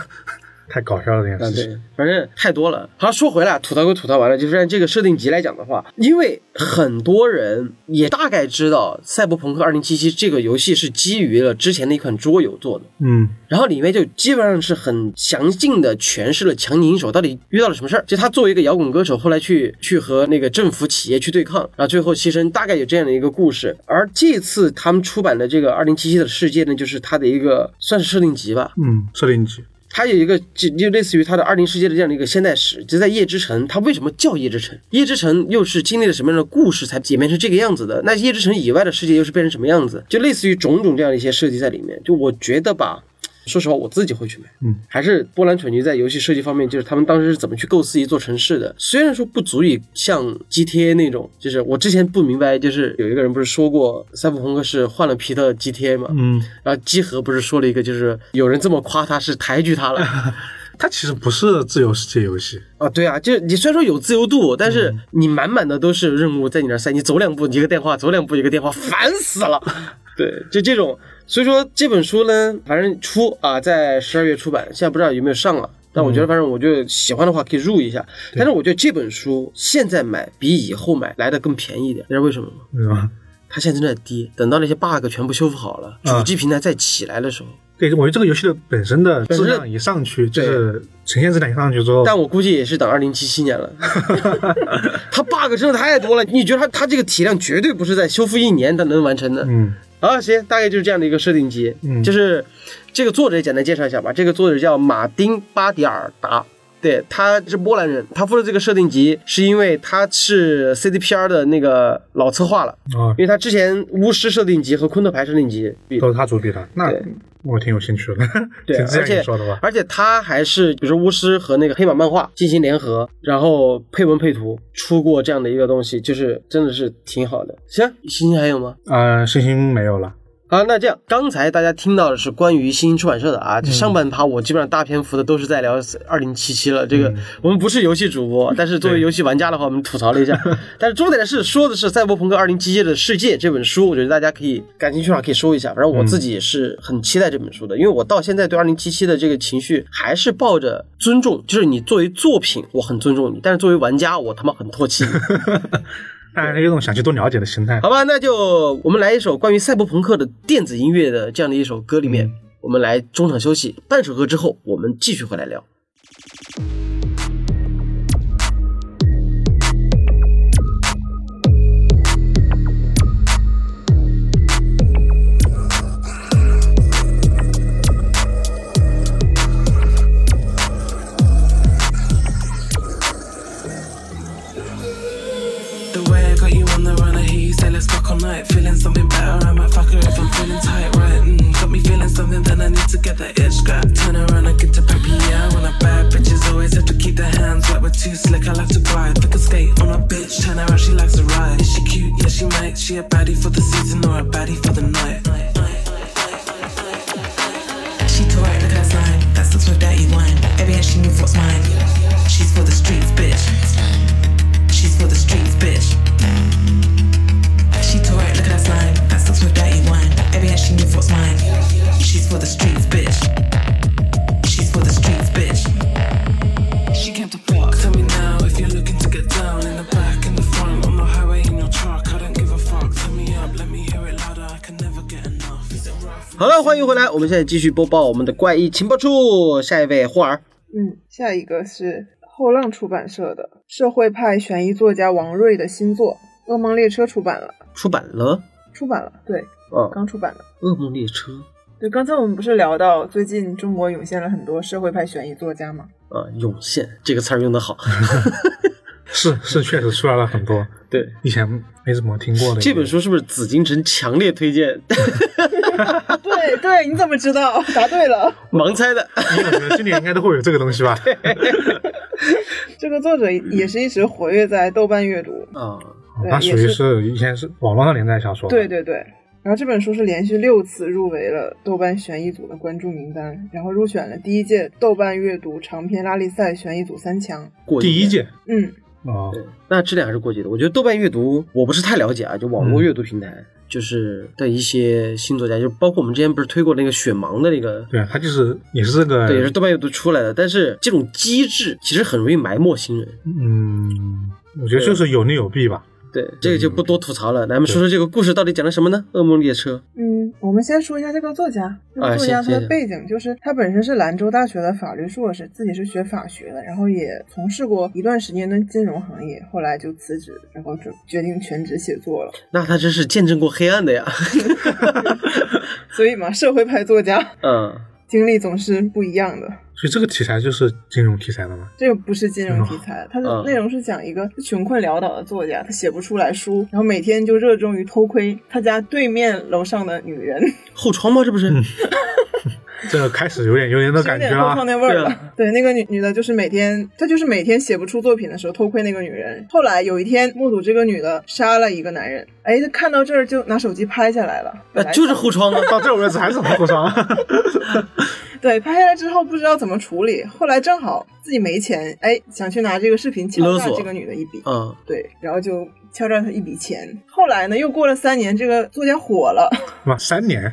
S3: 太搞笑了这件
S1: 啊，
S3: 事情。
S1: 对，反正太多了。好，说回来，吐槽归吐槽完了，就是按这个设定集来讲的话，因为很多人也大概知道《赛博朋克2077》这个游戏是基于了之前的一款桌游做的，
S3: 嗯，
S1: 然后里面就基本上是很详尽的诠释了强尼银手到底遇到了什么事儿。就他作为一个摇滚歌手，后来去去和那个政府企业去对抗，然后最后牺牲，大概有这样的一个故事。而这次他们出版的这个《2077的世界》呢，就是他的一个算是设定集吧，
S3: 嗯，设定集，
S1: 它有一个就就类似于它的二零世界的这样的一个现代史，就在夜之城，它为什么叫夜之城？夜之城又是经历了什么样的故事才演变成这个样子的？那夜之城以外的世界又是变成什么样子？就类似于种种这样的一些设计在里面。就我觉得吧。 <laughs> 说实话，我自己会去买。
S3: 嗯，
S1: 还是波兰蠢驴在游戏设计方面，就是他们当时是怎么去构思一座城市的。虽然说不足以像 GTA 那种，就是我之前不明白，就是有一个人不是说过赛博朋克是换了皮的 GTA 嘛？
S3: 嗯，
S1: 然后基和不是说了一个，就是有人这么夸他是抬举他了
S3: 它其实不是自由世界游戏，
S1: 啊？对啊，就是你虽然说有自由度，但是你满满的都是任务在你那儿塞，你走两步一个电话，走两步一个电话，烦死了。对，就这种，所以说这本书呢，反正出啊，在十二月出版，现在不知道有没有上了。但我觉得，反正我就喜欢的话可以入一下。但是我觉得这本书现在买比以后买来的更便宜一点，你知道为什么吗？
S3: 是吧？
S1: 它现在正在跌，等到那些 bug 全部修复好了，
S3: 啊
S1: 主机平台再起来的时候，
S3: 对，我觉得这个游戏的本身的
S1: 本身
S3: 质
S1: 的
S3: 量一上去，就是呈现质量一上去之后，
S1: 但我估计也是等二零七七年了， <laughs> 它 bug 真的太多了。你觉得它它这个体量绝对不是在修复一年它能完成的。
S3: 嗯
S1: 啊，行，大概就是这样的一个设定集。
S3: 嗯
S1: 就是这个作者也简单介绍一下吧。这个作者叫马丁·巴迪尔达，对，他是波兰人。他负责这个设定集，是因为他是 CDPR 的那个老策划了，
S3: 啊，
S1: 因为他之前巫师设定集和昆特牌设定集比
S3: 都是他主笔的，那
S1: 对
S3: 我挺有兴趣的。
S1: 对，
S3: <laughs> 听这
S1: 而
S3: 样
S1: 且
S3: 一说的话，
S1: 而且他还是比如说巫师和那个黑马漫画进行联合，然后配文配图出过这样的一个东西，就是真的是挺好的。行，星星还有吗？
S3: 呃，信心没有了。 <laughs>
S1: 啊，那这样，刚才大家听到的是关于新兴出版社的啊，这上半趴我基本上大篇幅的都是在聊二零七七了。这个、我们不是游戏主播，但是作为
S3: 对
S1: 游戏玩家的话，我们吐槽了一下。但是重点是说的是《赛博朋克二零七七的世界》这本书，我觉得大家可以感兴趣的话可以搜一下。反正我自己也是很期待这本书的，因为我到现在对二零七七的这个情绪还是抱着尊重，就是你作为作品我很尊重你，但是作为玩家我他妈很唾弃你。
S3: 当然，有种想去多了解的心态。
S1: 好吧，那就我们来一首关于赛博朋克的电子音乐的这样的一首歌里面，
S3: 嗯
S1: 我们来中场休息，半首歌之后我们继续回来聊。
S4: The way I got you on the run, I hear you say let's fuck all night. Feeling something better, I might fuck her if I'm feeling tight, right? Mm, got me feeling something, then I need to get that itch grab. Turn around, I get to peppy, yeah. When I bad bitches always have to keep their hands wet, we're too slick. I like to glide, pick a skate on a bitch. Turn around, she likes to ride. Is she cute? Yeah, she might. She a baddie for the season or a baddie for the night.
S5: She tore it like a slime. That's looks with dirty wine. Every hand she knew what's mine. She's for the streets, bitch. She's for the streets, bitch. She tore it like a slime. That's looks with dirty wine. Every hand she knew what's mine. She's for the streets, bitch. She's for the streets, bitch.
S4: She came to fuck. Tell me now if you're looking to get down in the back, in the front, on the highway, in your truck. I don't give a fuck. Turn me up, let me hear it louder. I can never get enough. Is it rough?
S1: 好了，欢迎回来，我们现在继续播报我们的怪异情报处，下一位霍尔。
S2: 嗯，下一个是后浪出版社的社会派悬疑作家王瑞的新作《噩梦列车》出版了，
S1: 出版了，
S2: 出版了，对，
S1: 嗯，
S2: 刚出版了。
S1: 噩梦列车
S2: 对，刚才我们不是聊到最近中国涌现了很多社会派悬疑作家吗？ <laughs>
S1: 啊，涌现这个词儿用的好。
S3: 是是，确实出来了很多
S1: 对，
S3: 以前没怎么听过的。
S1: 这本书是不是紫禁城强烈推荐？ <laughs>
S2: 对对，你怎么知道？ <laughs> 答对了。
S1: 盲猜的。
S3: 因为我觉得今年应该都会有这个东
S1: <laughs>
S3: 西吧？
S2: 这个作者也是一直活跃在豆瓣阅读，
S1: 啊，
S2: 对
S3: 那
S2: 也
S3: 哦属于
S2: 是
S3: 是以前是网络上连载小说。
S2: 对，对对。然后这本书是连续六次入围了豆瓣悬疑组的关注名单，然后入选了第一届豆瓣阅读长篇拉力赛悬疑组三强。
S1: <laughs> 过
S3: 第一
S1: 届。
S3: 届
S2: 嗯，
S3: 啊，
S1: 对，那质量还是过级的。我觉得豆瓣阅读我不是太了解啊，就网络阅读平台，就是的一些新作家，就包括我们之前不是推过那个雪盲的那个，
S3: 对，它就是也是这个，
S1: 对，也是豆瓣阅读出来的。但是这种机制其实很容易埋没新人。
S3: 嗯，我觉得就是有利有弊吧。
S1: 对，这个就不多吐槽了。咱们说说这个故事到底讲了什么呢？噩梦列车。
S2: 嗯，我们先说一下这个作家。这
S1: 啊
S2: 个作家
S1: 行
S2: 他
S1: 行行
S2: 的背景就是他本身是兰州大学的法律硕士，自己是学法学的，然后也从事过一段时间的金融行业，后来就辞职，然后就决定全职写作了。
S1: 那他真是见证过黑暗的呀。
S2: 所以嘛，社会派作家
S1: 嗯，
S2: 经历总是不一样的。
S3: 所以这个题材就是金融题材的嘛。
S2: 这个不是金融题材，它
S1: 嗯
S2: 的内容是讲一个穷困潦倒的作家，他写不出来书，然后每天就热衷于偷窥他家对面楼上的女人，
S1: 后窗吗？这不是？
S3: 这个开始有点有点那
S2: 有
S3: 感觉啊
S2: 点后
S3: 啦
S2: 窗。那味儿
S1: 对啊
S2: 了。啊对，那个女女的，就是每天她就是每天写不出作品的时候偷窥那个女人。后来有一天目睹这个女的杀了一个男人，哎，她看到这儿就拿手机拍下来了，
S1: 那
S2: 本来
S1: 就是后窗啊。
S3: 到这为止还是很后窗。
S2: 对，拍下来之后不知道怎么处理，后来正好自己没钱，哎，想去拿这个视频敲
S1: 勒
S2: 诈
S1: 索
S2: 这个女的一笔，
S1: 嗯，
S2: 对，然后就敲诈她一笔钱。后来呢，又过了三年，这个作家火了，
S3: 哇，三年，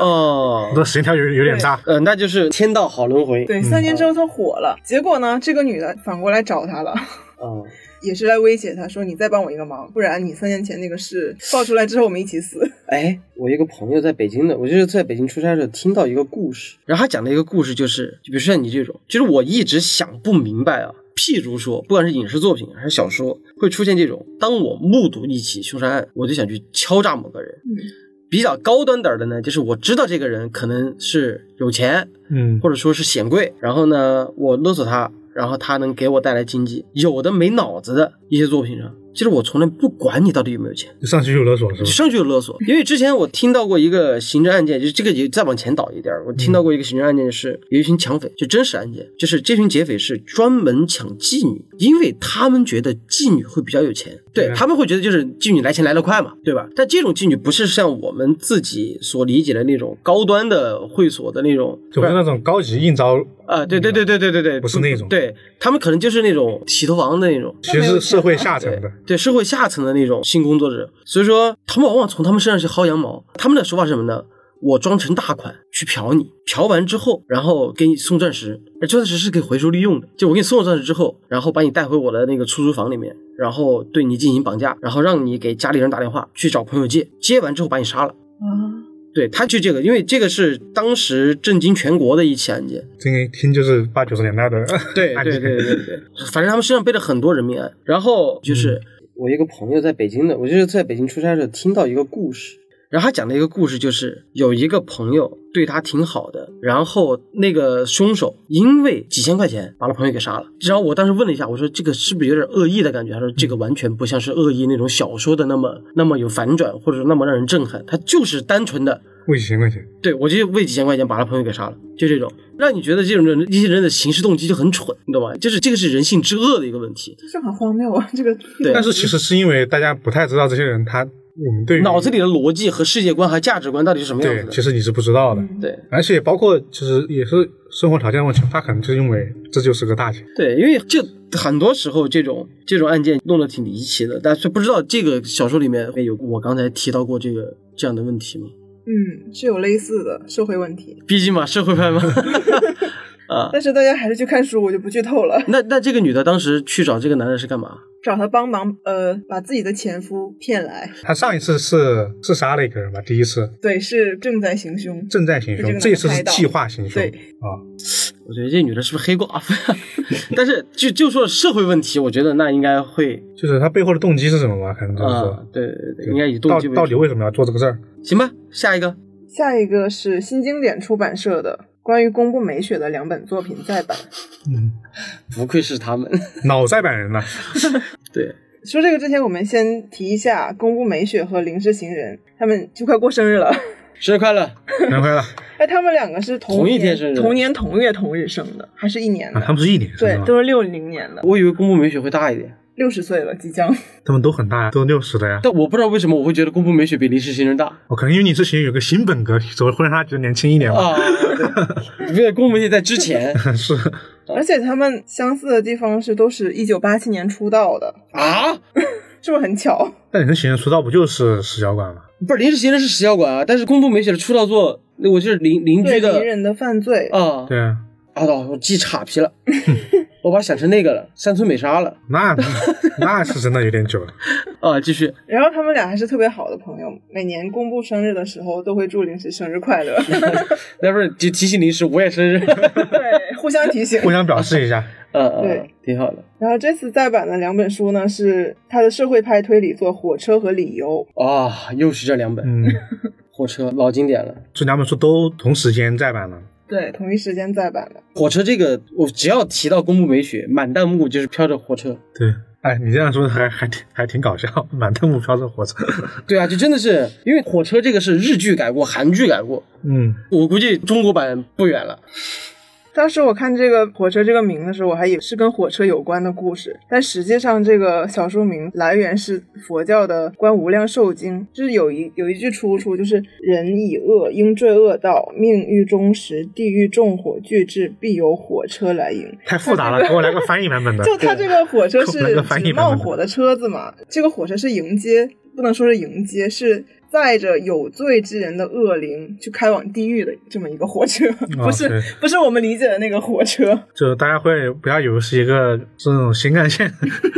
S1: 哦
S3: 我，的时间条有有点大。
S1: 呃，那就是天嗯道好轮回。
S2: 对，三年之后他火了，结果呢，这个女的反过来找他了，
S1: 嗯，
S2: 也是来威胁他说：“你再帮我一个忙，不然你三年前那个事爆出来之后，我们一起死。
S1: 哎，我一个朋友在北京的，我就是在北京出差的时候听到一个故事，然后他讲的一个故事就是，就比如说像你这种，就是我一直想不明白啊。譬如说，不管是影视作品还是小说，会出现这种，当我目睹一起凶杀案，我就想去敲诈某个人。
S2: 嗯
S1: 比较高端点儿的呢，就是我知道这个人可能是有钱，
S3: 嗯，
S1: 或者说是显贵，然后呢，我勒索他，然后他能给我带来经济。有的没脑子的一些作品上，其实我从来不管你到底有没有钱。
S3: 就上去就勒索是吧？
S1: 上去就勒索。因为之前我听到过一个刑侦案件，就是这个也再往前倒一点儿，我听到过一个刑侦案件是有一群抢匪，就真实案件，就是这群劫匪是专门抢妓女，因为他们觉得妓女会比较有钱，对
S3: 对啊
S1: 他们会觉得就是妓女来钱来得快嘛，对吧？但这种妓女不是像我们自己所理解的那种高端的会所的那种，
S3: 就不是那种高级应招，
S1: 啊，对对对对对对对，
S3: 不是那种
S1: 对他们可能就是那种洗头房的那种。
S3: 其实是社会下层
S1: 对
S3: 的。
S1: 对社会下层的那种性工作者，所以说他们往往从他们身上去薅羊毛。他们的手法是什么呢？我装成大款去嫖你，嫖完之后，然后给你送钻石，而钻石是可以回收利用的。就我给你送了钻石之后，然后把你带回我的那个出租房里面，然后对你进行绑架，然后让你给家里人打电话去找朋友借，借完之后把你杀了。”
S2: 啊，
S1: 对，他就这个，因为这个是当时震惊全国的一起案件。
S3: 这个一听就是八九十年代的
S1: <laughs> 对
S3: 案
S1: 对
S3: 件，
S1: 对对对，反正他们身上背着很多人命案。然后就是、嗯我一个朋友在北京的，我就是在北京出差的时候听到一个故事，然后他讲的一个故事就是有一个朋友对他挺好的，然后那个凶手因为几千块钱把他朋友给杀了。然后我当时问了一下，我说这个是不是有点恶意的感觉？他说这个完全不像是恶意那种小说的那么那么有反转或者那么让人震撼，他就是单纯的
S3: 为几千块钱，
S1: 对，我就为几千块钱把他朋友给杀了，就这种，让你觉得这种人，一些人的行事动机就很蠢，你懂吧？就是这个是人性之恶的一个问题，
S2: 这很荒谬啊！这个
S1: 对
S3: 但是其实是因为大家不太知道这些人他我们对于
S1: 脑子里的逻辑和世界观和价值观到底是什么样
S3: 对
S1: 子，的？
S3: 其实你是不知道的。
S1: 对
S3: 而且包括其实也是生活条件问题，他可能就认为这就是个大姐，
S1: 对，因为就很多时候这种这种案件弄得挺离奇的，但是不知道这个小说里面有我刚才提到过这个这样的问题吗？
S2: 嗯是有类似的社会问题，
S1: 毕竟嘛，社会派
S3: <laughs>
S1: 嘛，啊，
S2: 但是大家还是去看书，我就不剧透了。
S1: 那那这个女的当时去找这个男的是干嘛？
S2: 找他帮忙，呃，把自己的前夫骗来，
S3: 他上一次是自杀了一个人吧，第一次
S2: 对，是正在行凶。
S3: 正在行
S2: 被这
S3: 凶，
S2: 个
S3: 这一次
S2: 男的
S3: 是
S2: 拍到
S3: 计划行凶
S2: 对
S3: 啊。
S1: 我觉得这女的是不是黑寡妇呀？ <laughs> 但是就就说社会问题，我觉得那应该会
S3: 就是他背后的动机是什么吧？可能就是说，
S1: 啊，对对对，
S3: 对
S1: 应该以动机为
S3: 到到底
S1: 主。
S3: 为什么要做这个事儿？
S1: 行吧，下一个
S2: 下一个是新经典出版社的关于宫部美雪的两本作品再版。
S3: 嗯，
S1: 不愧是他们。
S3: 脑在版人呐，
S1: <laughs> 对，
S2: 说这个之前，我们先提一下宫部美雪和林之行人，他们就快过生日了。
S1: 生日快乐！
S3: 难
S2: <laughs>
S3: 怪了
S2: 哎，他们两个是同
S1: 同一天生日
S2: 同年同月同日生的，还是一年的？
S3: 啊，他们是一年生
S2: 对
S3: 的，吗，
S2: 都是六零年的，
S1: 我以为公布美雪会大一点，
S2: 六十岁了，即将。
S3: 他们都很大呀，都六十的呀。
S1: 但我不知道为什么我会觉得公布美雪比临时行人大
S3: 我可能因为你之前有个新本格，所以会让他觉得年轻一点吧。
S1: 啊。
S3: <laughs>
S1: 对，因为公布美雪在之前
S2: 哦
S3: 是，哦
S2: 而且他们相似的地方是，都是一九八七年出道的，
S1: 啊，
S2: 是不是很巧？
S3: 但你的行人出道不就是石小馆吗？
S2: 哦
S1: 不是临时行人是石小馆啊，但是公布美雪的出道作，那我就是邻邻
S2: 对，
S1: 居的
S2: 迷人的犯罪。
S1: 啊。
S3: 对啊，
S1: 啊，我记岔皮
S3: <laughs>
S1: 了，我把它想成那个了，山村美沙了
S2: <laughs>
S3: 那那是真的有点久了。
S1: 啊。继续，
S2: 然后他们俩还是特别好的朋友，每年公布生日的时候都会祝临时生日
S3: <laughs>
S2: 快乐，
S1: 待会儿就提醒临时我也生日。
S2: 对，互相提醒。
S3: 互相表示一下，
S1: 嗯嗯，嗯
S2: 对，
S1: 挺好的。
S2: 然后这次再版的两本书呢，是他的社会派推理作《火车》和《理由
S1: 啊、又是这两本、
S2: <laughs>
S3: 嗯，
S1: 火车，老经典了。
S3: 这两本书都同时间再版了。》，
S2: 对，同一时间再版的。
S1: 火车这个，我只要提到宫部美雪，满弹幕就是飘着火车。
S3: 对，哎，你这样说还还挺还挺搞笑，满天目飘着
S2: <laughs>
S3: 火车。
S1: 对啊，就真的是因为火车这个是日剧改过，韩剧改过，
S3: 嗯，
S1: 我估计中国版不远了。
S2: 当时我看这个火车这个名的时候，我还以为是跟火车有关的故事，但实际上这个小说名来源是佛教的《观无量寿经》，就是有一有一句出处，就是人以恶应坠恶道，命狱中时，地狱纵火俱至，必有火车来迎。
S3: 太复杂了，给我来个翻译版本的。
S2: <laughs> 就它这个
S3: <laughs>
S2: 火车
S3: 我们
S2: 是
S3: 的翻译
S2: 指
S3: 版
S2: 冒
S3: 本
S2: 火的车子嘛，这个火车是迎接，不能说是迎接，是载着有罪之人的恶灵去开往地狱的这么一个火车，不
S3: 哦对
S2: 是不是我们理解的那个火车。
S3: 就大家会不要以为是一个这种新干
S2: <laughs>
S3: 线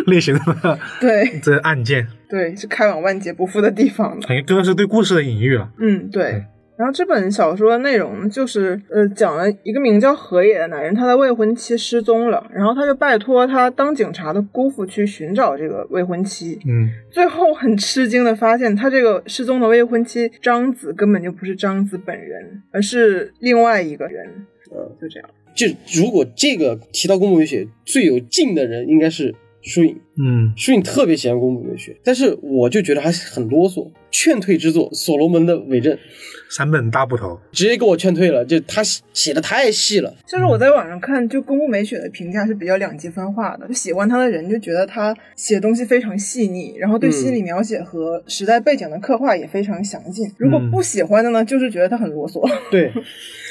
S3: 类型的
S2: 对
S3: <laughs> 这案件，
S2: 对，是开往万劫不复的地方的。
S3: 感觉更是对故事的隐喻了。
S2: 嗯，对
S3: 对。
S2: 然后这本小说的内容就是，呃，讲了一个名叫河野的男人，他的未婚妻失踪了，然后他就拜托他当警察的姑父去寻找这个未婚妻。
S3: 嗯，
S2: 最后很吃惊的发现，他这个失踪的未婚妻张子根本就不是张子本人，而是另外一个人。
S1: 嗯，
S2: 就这样。
S1: 就如果这个提到公共文学最有劲的人应该是疏影，
S3: 嗯，
S1: 疏影特别喜欢公共文学，但是我就觉得他很啰嗦。劝退之作《所罗门的伪证》
S3: 三本大部头，
S1: 直接给我劝退了，就他写写的太细了。
S2: 就是我在网上看，就宫部美雪的评价是比较两极分化的，就喜欢她的人就觉得她写东西非常细腻，然后对
S1: 嗯
S2: 心理描写和时代背景的刻画也非常详尽；如果不喜欢的呢，就是觉得她很啰嗦， <laughs>
S1: 对，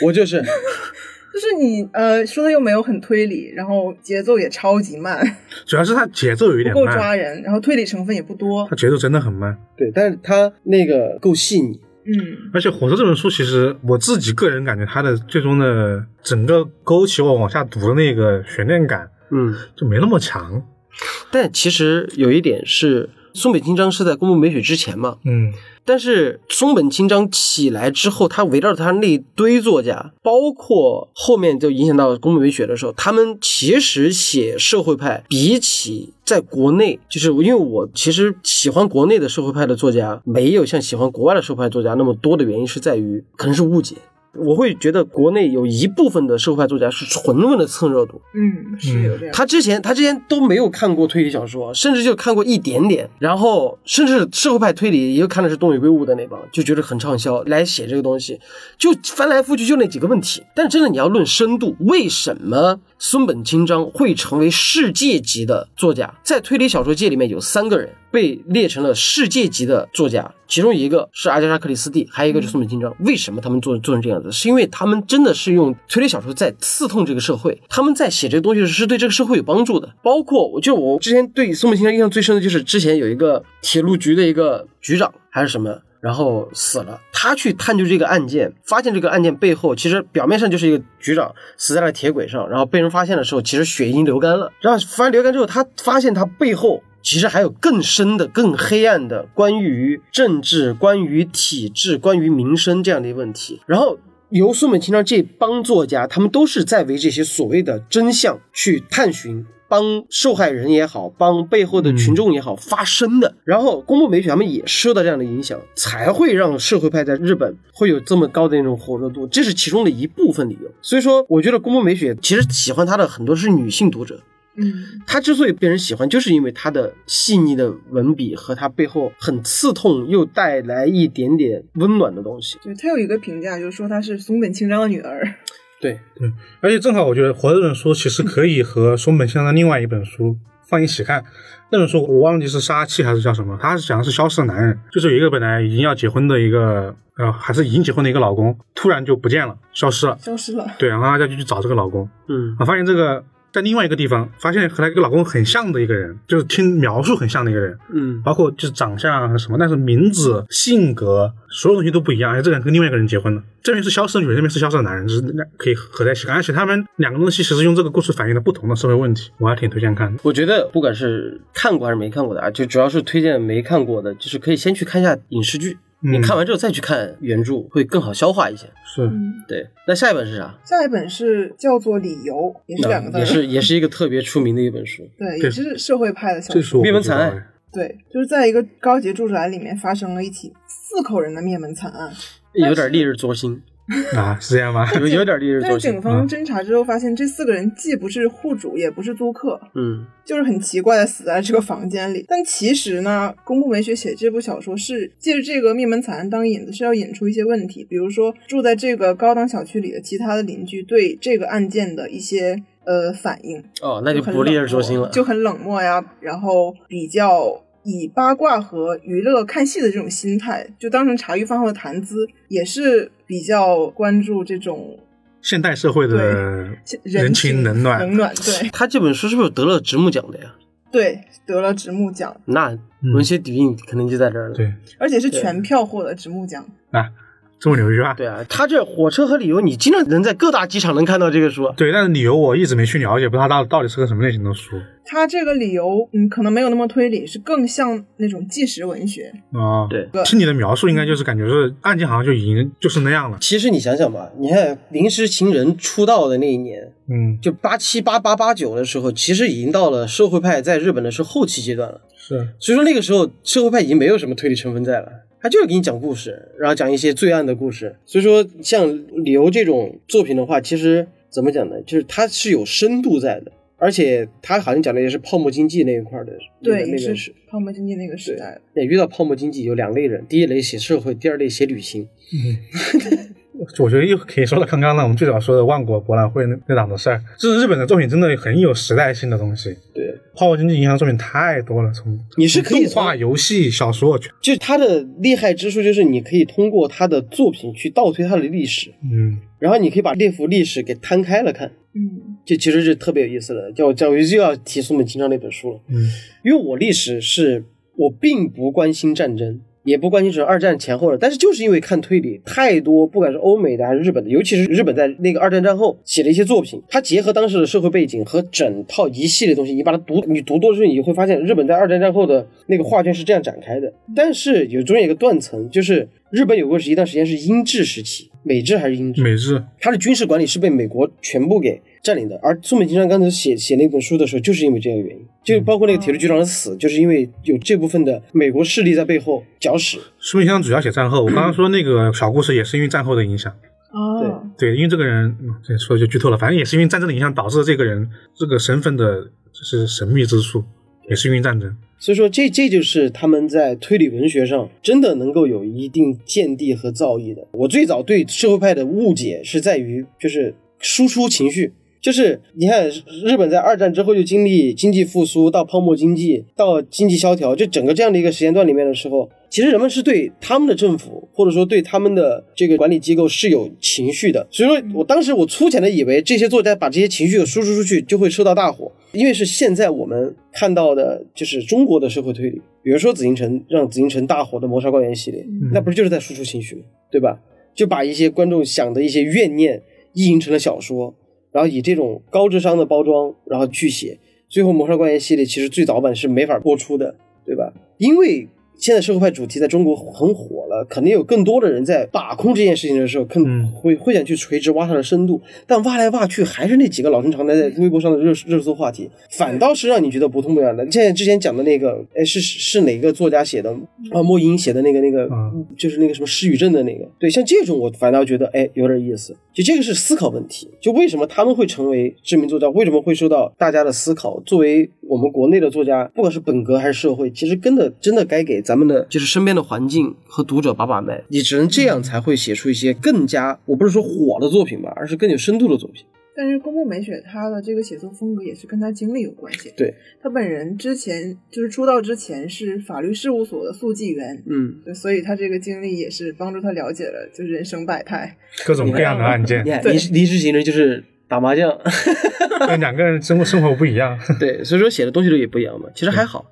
S1: 我就是，
S2: 就是你呃说的又没有很推理，然后节奏也超级慢，
S3: 主要是它节奏有一
S2: 不
S3: 点
S2: 够
S3: 慢，
S2: 抓人，然后推理成分也不多
S3: 它。节奏真的很慢。
S1: 对，但是他那个够细腻，
S2: 嗯，
S3: 而且《火车》这本书，其实我自己个人感觉，它的最终的整个勾起我往下读的那个悬念感
S1: 嗯。
S3: 就没那么强。
S1: 但其实有一点是，松本清张是在公布美雪之前嘛，
S3: 嗯，
S1: 但是松本清张起来之后，他围绕着他那一堆作家，包括后面就影响到宫本美雪的时候，他们其实写社会派，比起在国内，就是因为我其实喜欢国内的社会派的作家，没有像喜欢国外的社会派作家那么多的原因是在于，可能是误解。我会觉得国内有一部分的社会派作家是纯为了蹭热度，
S2: 嗯，是有这样。
S1: 他之前他之前都没有看过推理小说，甚至就看过一点点，然后甚至社会派推理也就看的是东野圭吾的那帮，就觉得很畅销，来写这个东西，就翻来覆去就那几个问题。但真的你要论深度，为什么松本清张会成为世界级的作家？在推理小说界里面有三个人被列成了世界级的作家，其中一个是阿加莎·克里斯蒂，还有一个就是松本清张。为什么他们做做成这样子？是因为他们真的是用推理小说在刺痛这个社会，他们在写这个东西是对这个社会有帮助的。包括我就我之前对松本清张印象最深的就是之前有一个铁路局的一个局长还是什么。然后死了。他去探究这个案件，发现这个案件背后其实表面上就是一个局长死在了铁轨上，然后被人发现的时候，其实血已经流干了。然后发现流干之后，他发现他背后。其实还有更深的、更黑暗的，关于政治、关于体制、关于民生这样的一个问题。然后由松本清张这帮作家，他们都是在为这些所谓的真相去探寻，帮受害人也好，帮背后的群众也好发声的。然后公共媒体他们也受到这样的影响，才会让社会派在日本会有这么高的那种火热度，这是其中的一部分理由。所以说，我觉得公共美雪其实喜欢她的很多是女性读者，
S2: 嗯
S1: 他之所以被人喜欢，就是因为他的细腻的文笔和他背后很刺痛又带来一点点温暖的东西。
S2: 对他有一个评价，就是说她是松本清张的女儿。
S1: 对，
S3: 而且正好我觉得《火车》这本书其实可以和松本先生的另外一本书放一起看。那本书我忘记是《杀气》还是叫什么，它是讲的是消失的男人，就是有一个本来已经要结婚的一个，呃，还是已经结婚的一个老公，突然就不见了，消失了。
S2: 消失了。
S3: 对，然后他就去找这个老公，啊
S1: 嗯
S3: 我发现这个在另外一个地方，发现和她一个老公很像的一个人，就是听描述很像的一个人，
S1: 嗯，
S3: 包括就是长相啊什么，但是名字、性格，所有东西都不一样。哎而且这个人跟另外一个人结婚了，这边是消失的女人，这边是消失的男人，就是那可以合在一起看。而且他们两个东西其实用这个故事反映了不同的社会问题，我还挺推荐看的。
S1: 我觉得不管是看过还是没看过的啊，就主要是推荐没看过的，就是可以先去看一下影视剧，
S3: 嗯
S1: 你看完之后再去看原著，会更好消化一些。
S3: 是，
S2: 嗯，
S1: 对，那下一本是啥？
S2: 下一本是叫做《理由》，也是两个
S1: 嗯
S2: 字儿，
S1: 也是也是一个特别出名的一本
S2: <laughs>
S1: 书。
S2: 对，也
S3: 对
S2: 是社会派的小
S3: 这
S2: 说。
S3: 是我
S1: 灭
S3: 不
S1: 门
S3: 知道
S1: 惨
S3: 哎
S2: 对，就是在一个高级住宅里面发生了一起四口人的灭门惨案，
S1: 有点令人灼
S2: <laughs>
S1: 心，
S3: 啊，是这样吗？
S1: 有有点令人
S2: 但
S1: 灼
S2: 是
S1: 心
S2: 警。
S3: 嗯
S2: 方侦查之后发现，这四个人既不是户主，也不是租客，
S1: 嗯
S2: 就是很奇怪的死在这个房间里。但其实呢，宫部美雪写这部小说是借着这个灭门惨案当引子，是要引出一些问题，比如说住在这个高档小区里的其他的邻居对这个案件的一些呃反应。
S1: 哦，那就
S2: 很
S1: 不令人
S2: 冷
S1: 灼心
S2: 漠
S1: 了。
S2: 就很冷漠呀，然后比较以八卦和娱乐看戏的这种心态，就当成茶余饭后的谈资，也是比较关注这种
S3: 现代社会的
S2: 人
S3: 人情冷暖
S2: 冷暖对。
S1: <laughs> 他这本书是不是得了直木奖的呀？
S2: 对，得了直木奖，
S1: 那文学底蕴肯定就在这儿了。
S3: 对，
S2: 而且是全票获得直木奖。
S3: 啊，这么牛逼吧？
S1: 对啊，他这《火车和理由》，你经常能在各大机场能看到这个书。啊
S3: 对，但是理由我一直没去了解，不知道它到到底是个什么类型的书
S2: 他这个理由，嗯，可能没有那么推理，是更像那种纪实文学。
S3: 啊。
S1: 对，
S3: 听你的描述，应该就是感觉是案件好像就已经就是那样了。
S1: 其实你想想吧，你看《临时情人》出道的那一年，
S3: 嗯，
S1: 就八七、八八、八九的时候，其实已经到了社会派在日本的是后期阶段了。
S3: 是，
S1: 所以说那个时候社会派已经没有什么推理成分在了，他就是给你讲故事，然后讲一些罪案的故事。所以说像理由这种作品的话，其实怎么讲呢？就是它是有深度在的，而且它好像讲的也是泡沫经济那一块儿的。
S2: 对，
S1: 那个那个
S2: 是泡沫经济那个时代的。
S1: 也遇到泡沫经济有两类人，第一类写社会，第二类写旅行。
S3: 我觉得又可以说到刚刚呢，我们最早说的万国博览会那那档子事儿，就是日本的作品真的很有时代性的东西。
S1: 对，
S3: 泡沫经济影响作品太多了，从
S1: 你是可以
S3: 动画、
S1: 从
S3: 游戏、小说，全
S1: 就是它的厉害之处，就是你可以通过他的作品去倒推他的历史，
S3: 嗯，
S1: 然后你可以把这幅历史给摊开了看。
S2: 嗯，
S1: 这其实是特别有意思的，叫讲我又要提苏本清张那本书了。
S3: 嗯，
S1: 因为我历史是我并不关心战争，也不关心什么二战前后的，但是就是因为看推理太多，不管是欧美的还是日本的，尤其是日本在那个二战战后写的一些作品，它结合当时的社会背景和整套一系列东西，你把它读，你读多了之后，你会发现日本在二战战后的那个画卷是这样展开的。但是有中间有个断层，就是日本有过一段时间是英治时期，美治还是英治？
S3: 美日
S1: 他的军事管理是被美国全部给占领的。而松本清张刚才写写那本书的时候，就是因为这个原因，就包括那个铁路局长的死，就是因为有这部分的美国势力在背后搅屎。
S3: 书面上主要写战后，我刚刚说那个小故事也是因为战后的影响。
S2: 哦，
S3: 对，因为这个人，嗯这说就剧透了，反正也是因为战争的影响导致了这个人这个身份的，就是神秘之处，也是因为战争。
S1: 所以说这，这就是他们在推理文学上真的能够有一定见地和造诣的。我最早对社会派的误解是在于，就是输出情绪。就是你看，日本在二战之后就经历经济复苏，到泡沫经济，到经济萧条，就整个这样的一个时间段里面的时候，其实人们是对他们的政府或者说对他们的这个管理机构是有情绪的。所以说我当时我粗浅的以为这些作家把这些情绪给输出出去就会受到大火，因为是现在我们看到的就是中国的社会推理，比如说紫禁城让紫禁城大火的《谋杀官员》系列，那
S3: 嗯
S1: 不是就是在输出情绪吗，对吧？就把一些观众想的一些怨念意淫成了小说，然后以这种高智商的包装，然后去写。最后，《谋杀官员》系列其实最早版是没法播出的，对吧？因为现在社会派主题在中国很火了，肯定有更多的人在把控这件事情的时候，更
S3: 嗯
S1: 会会想去垂直挖它的深度。但挖来挖去，还是那几个老生常谈在微博上的热热搜话题，反倒是让你觉得不痛不痒的。现在之前讲的那个，哎，是是是哪个作家写的啊？莫英写的那个那个
S3: 啊，
S1: 就是那个什么失语症的那个。对，像这种我反倒觉得，哎，有点意思。就这个是思考问题，就为什么他们会成为知名作家，为什么会受到大家的思考？作为我们国内的作家，不管是本格还是社会，其实真的真的该给咱们的就是身边的环境和读者把把脉。你只能这样才会写出一些更加，我不是说火的作品吧，而是更有深度的作品。
S2: 但是宫部美雪她的这个写作风格也是跟她经历有关系。
S1: 对，
S2: 她本人之前就是出道之前是法律事务所的速记员，
S1: 嗯，
S2: 对，所以她这个经历也是帮助她了解了就是人生百态。
S3: 各种各样的
S1: <laughs>
S3: 案件
S1: 你，看
S2: 对
S1: 离离职行人就是打麻将，
S3: 对两个人生活生活不一样。 <laughs>
S1: <laughs> 对，所以说写的东西都也不一样嘛。其实还好，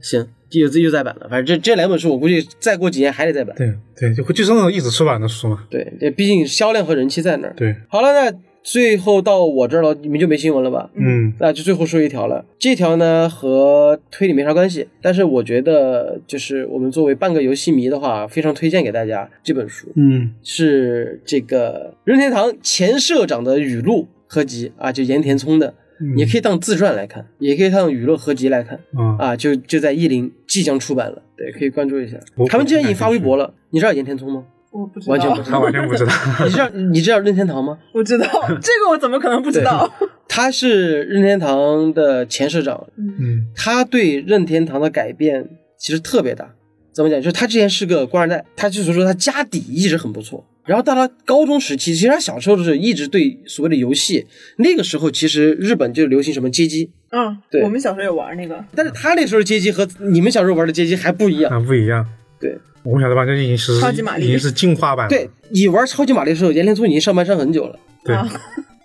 S1: 行，又又再版了。反正这这两本书，我估计再过几年还得再版。
S3: 对对，就就是那种一直出版的书嘛。
S1: 对，这毕竟销量和人气在那儿。
S3: 对，
S1: 好了，那最后到我这儿了，你们就没新闻了吧？
S3: 嗯，
S1: 那就最后说一条了。这条呢和推理没啥关系，但是我觉得就是我们作为半个游戏迷的话，非常推荐给大家这本书，
S3: 嗯，
S1: 是这个任天堂前社长的语录合集啊，就盐田聪的，
S3: 嗯
S1: 也可以当自传来看，也可以当语录合集来看。
S3: 啊，
S1: 啊，就就在译林即将出版了，对，可以关注一下
S3: 我。
S1: 他们竟然已经发微博了，你知道盐田聪吗？
S2: 我不知
S1: 完全不
S2: 道
S1: 知，
S3: 他完全不知道。
S1: 你知道你知道任天堂吗？<laughs>
S2: 我知道这个我怎么可能不知道？
S1: 他是任天堂的前社长，
S3: 嗯
S1: 他对任天堂的改变其实特别大。怎么讲？就是他之前是个官二代，他就是说他家底一直很不错。然后到他高中时期，其实他小时候的时候一直对所谓的游戏，那个时候其实日本就流行什么街机，
S2: 嗯，
S1: 对
S2: 我们小时候也玩那个，
S1: 但是他那时候的街机和你们小时候玩的街机还不一样。
S3: 啊，不一样。
S1: 对，
S3: 我们小的版就已经是
S2: 超级玛丽
S3: 已经是进化版了。
S1: 对，你玩超级玛丽的时候，岩田聪已经上班上很久了，
S3: 对
S2: 啊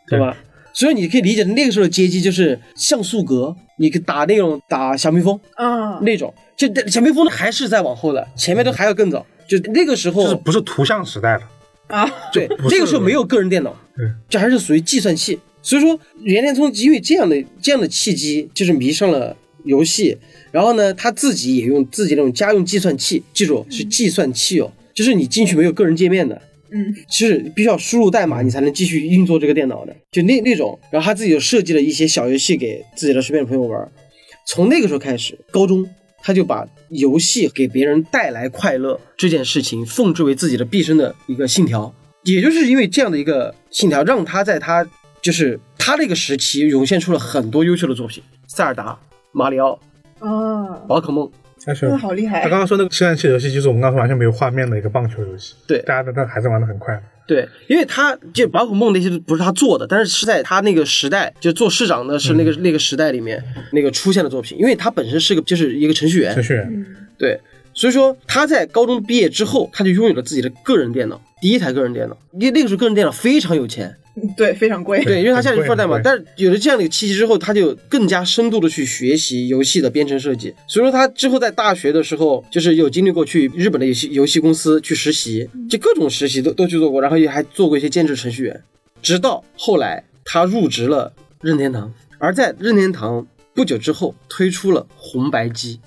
S1: 对吧？所以你可以理解成那个时候的街机就是像素格，你可以打那种打小蜜蜂
S2: 啊，
S1: 那种，就小蜜蜂还是在往后的，前面都还要更早。就那个时候，
S3: 嗯就是不是图像时代了。
S2: 啊
S1: 对，
S3: 不是
S1: 那个时候没有个人电脑
S3: 对，
S1: 这还是属于计算器。所以说，袁天聪因为这样的这样的契机，就是迷上了游戏。然后呢，他自己也用自己那种家用计算器，记住
S3: 嗯
S1: 是计算器哦，就是你进去没有个人界面的，
S2: 嗯，
S1: 是必须要输入代码你才能继续运作这个电脑的，就那那种。然后他自己就设计了一些小游戏给自己的身边的朋友玩儿。从那个时候开始，高中他就把游戏给别人带来快乐这件事情奉之为自己的毕生的一个信条。也就是因为这样的一个信条，让他在他就是他那个时期涌现出了很多优秀的作品，《塞尔达》《马里奥》《
S2: 啊，
S1: 宝可梦》。
S3: 但是
S2: 真的好厉害
S3: 他刚刚说那个计算器游戏，就是我们刚才完全没有画面的一个棒球游戏，
S1: 对
S3: 大家但但还是玩的很快。
S1: 对，因为他就宝可梦那些都不是他做的，但是是在他那个时代，就做市长的是那个、
S3: 嗯
S1: 那个时代里面那个出现的作品，因为他本身是个就是一个程序员，
S3: 程序员，
S2: 嗯
S1: 对，所以说他在高中毕业之后，他就拥有了自己的个人电脑，第一台个人电脑。因为那个时候个人电脑非常有钱，
S2: 对，非常贵，
S1: 对，因为他家里
S3: 很
S1: 富
S3: 贵
S1: 二代嘛
S3: 很。贵
S1: 但是有了这样的一个契机之后，他就更加深度的去学习游戏的编程设计。所以说他之后在大学的时候，就是有经历过去日本的游戏游戏公司去实习，就各种实习都都去做过，然后也还做过一些兼职程序员。直到后来他入职了任天堂，而在任天堂不久之后推出了红白机。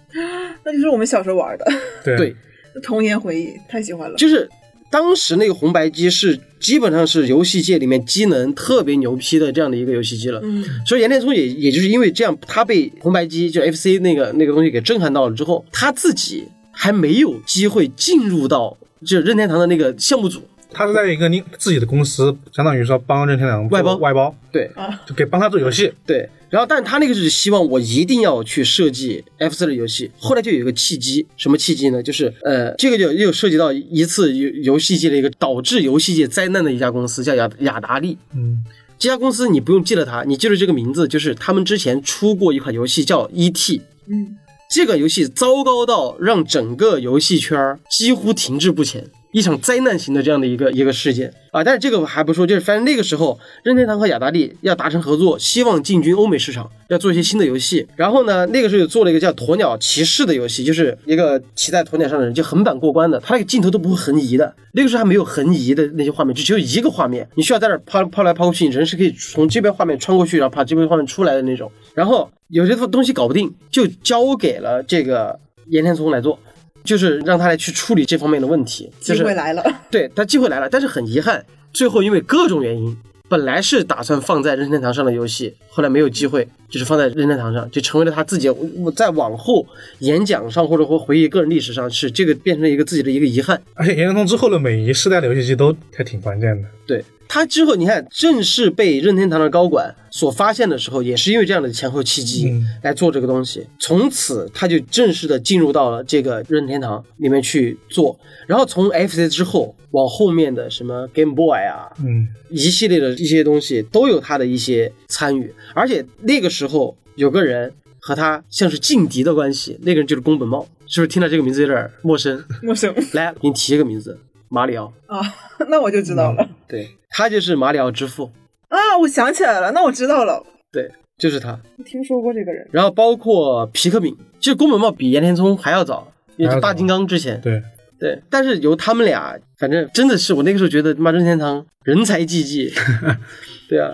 S2: 那就是我们小时候玩的
S3: 对
S1: 对，
S2: 童年回忆，太喜欢了。
S1: 就是当时那个红白机是基本上是游戏界里面机能特别牛批的这样的一个游戏机了。
S2: 嗯，
S1: 所以严天聪也也就是因为这样，他被红白机就 FC 那个那个东西给震撼到了之后，他自己还没有机会进入到就任天堂的那个项目组。
S3: 他是在一个你自己的公司，相当于说帮任天堂做
S1: 外包
S3: 外包，
S1: 对
S3: 就给帮他做游戏。
S1: 对，然后但他那个是希望我一定要去设计 FC 的游戏。后来就有一个契机，什么契机呢？就是呃，这个就又涉及到一次游游戏界的一个导致游戏界灾难的一家公司，叫雅雅达利。
S3: 嗯，
S1: 这家公司你不用记得它，你记住这个名字，就是他们之前出过一款游戏叫 E.T。
S2: 嗯，
S1: 这个游戏糟糕到让整个游戏圈儿几乎停滞不前，一场灾难型的这样的一个一个事件啊！但是这个还不说，就是反正那个时候，任天堂和雅达利要达成合作，希望进军欧美市场，要做一些新的游戏。然后呢，那个时候有做了一个叫《鸵鸟骑士》的游戏，就是一个骑在鸵鸟上的人，就横版过关的，它那个镜头都不会横移的。那个时候还没有横移的那些画面，就只有一个画面，你需要在那儿抛抛来抛去，你人是可以从这边画面穿过去，然后跑这边画面出来的那种。然后有些东西搞不定，就交给了这个岩田聪来做，就是让他来去处理这方面的问题。就
S2: 机
S1: 是
S2: 会来了，
S1: 对他机会来了，但是很遗憾，最后因为各种原因，本来是打算放在任天堂上的游戏，后来没有机会，就是放在任天堂上，就成为了他自己我在往后演讲上或者说回忆个人历史上，是这个变成了一个自己的一个遗憾。
S3: 而且岩田通之后的每一世代的游戏机都还挺关键的。
S1: 对他之后，你看正式被任天堂的高管所发现的时候，也是因为这样的前后契机
S3: 嗯
S1: 来做这个东西。从此，他就正式的进入到了这个任天堂里面去做。然后从 FC 之后往后面的什么 Game Boy 啊，
S3: 嗯，
S1: 一系列的一些东西都有他的一些参与，而且那个时候有个人和他像是劲敌的关系，那个人就是宫本茂，是不是听到这个名字有点陌生？
S2: 陌生 <laughs>
S1: 来，给你提一个名字，马里奥，
S2: 啊，那我就知道了
S1: 对他就是马里奥之父，
S2: 啊，我想起来了，那我知道了，
S1: 对，就是他。
S2: 我听说过这个人，
S1: 然后包括皮克敏，其实宫本茂比岩田聪还要早，因为
S3: 还
S1: 是
S3: 要早
S1: 大金刚之前。
S3: 对，
S1: 对，但是由他们俩，反正真的是我那个时候觉得他妈任天堂人才济
S3: <laughs>
S1: 济，对啊，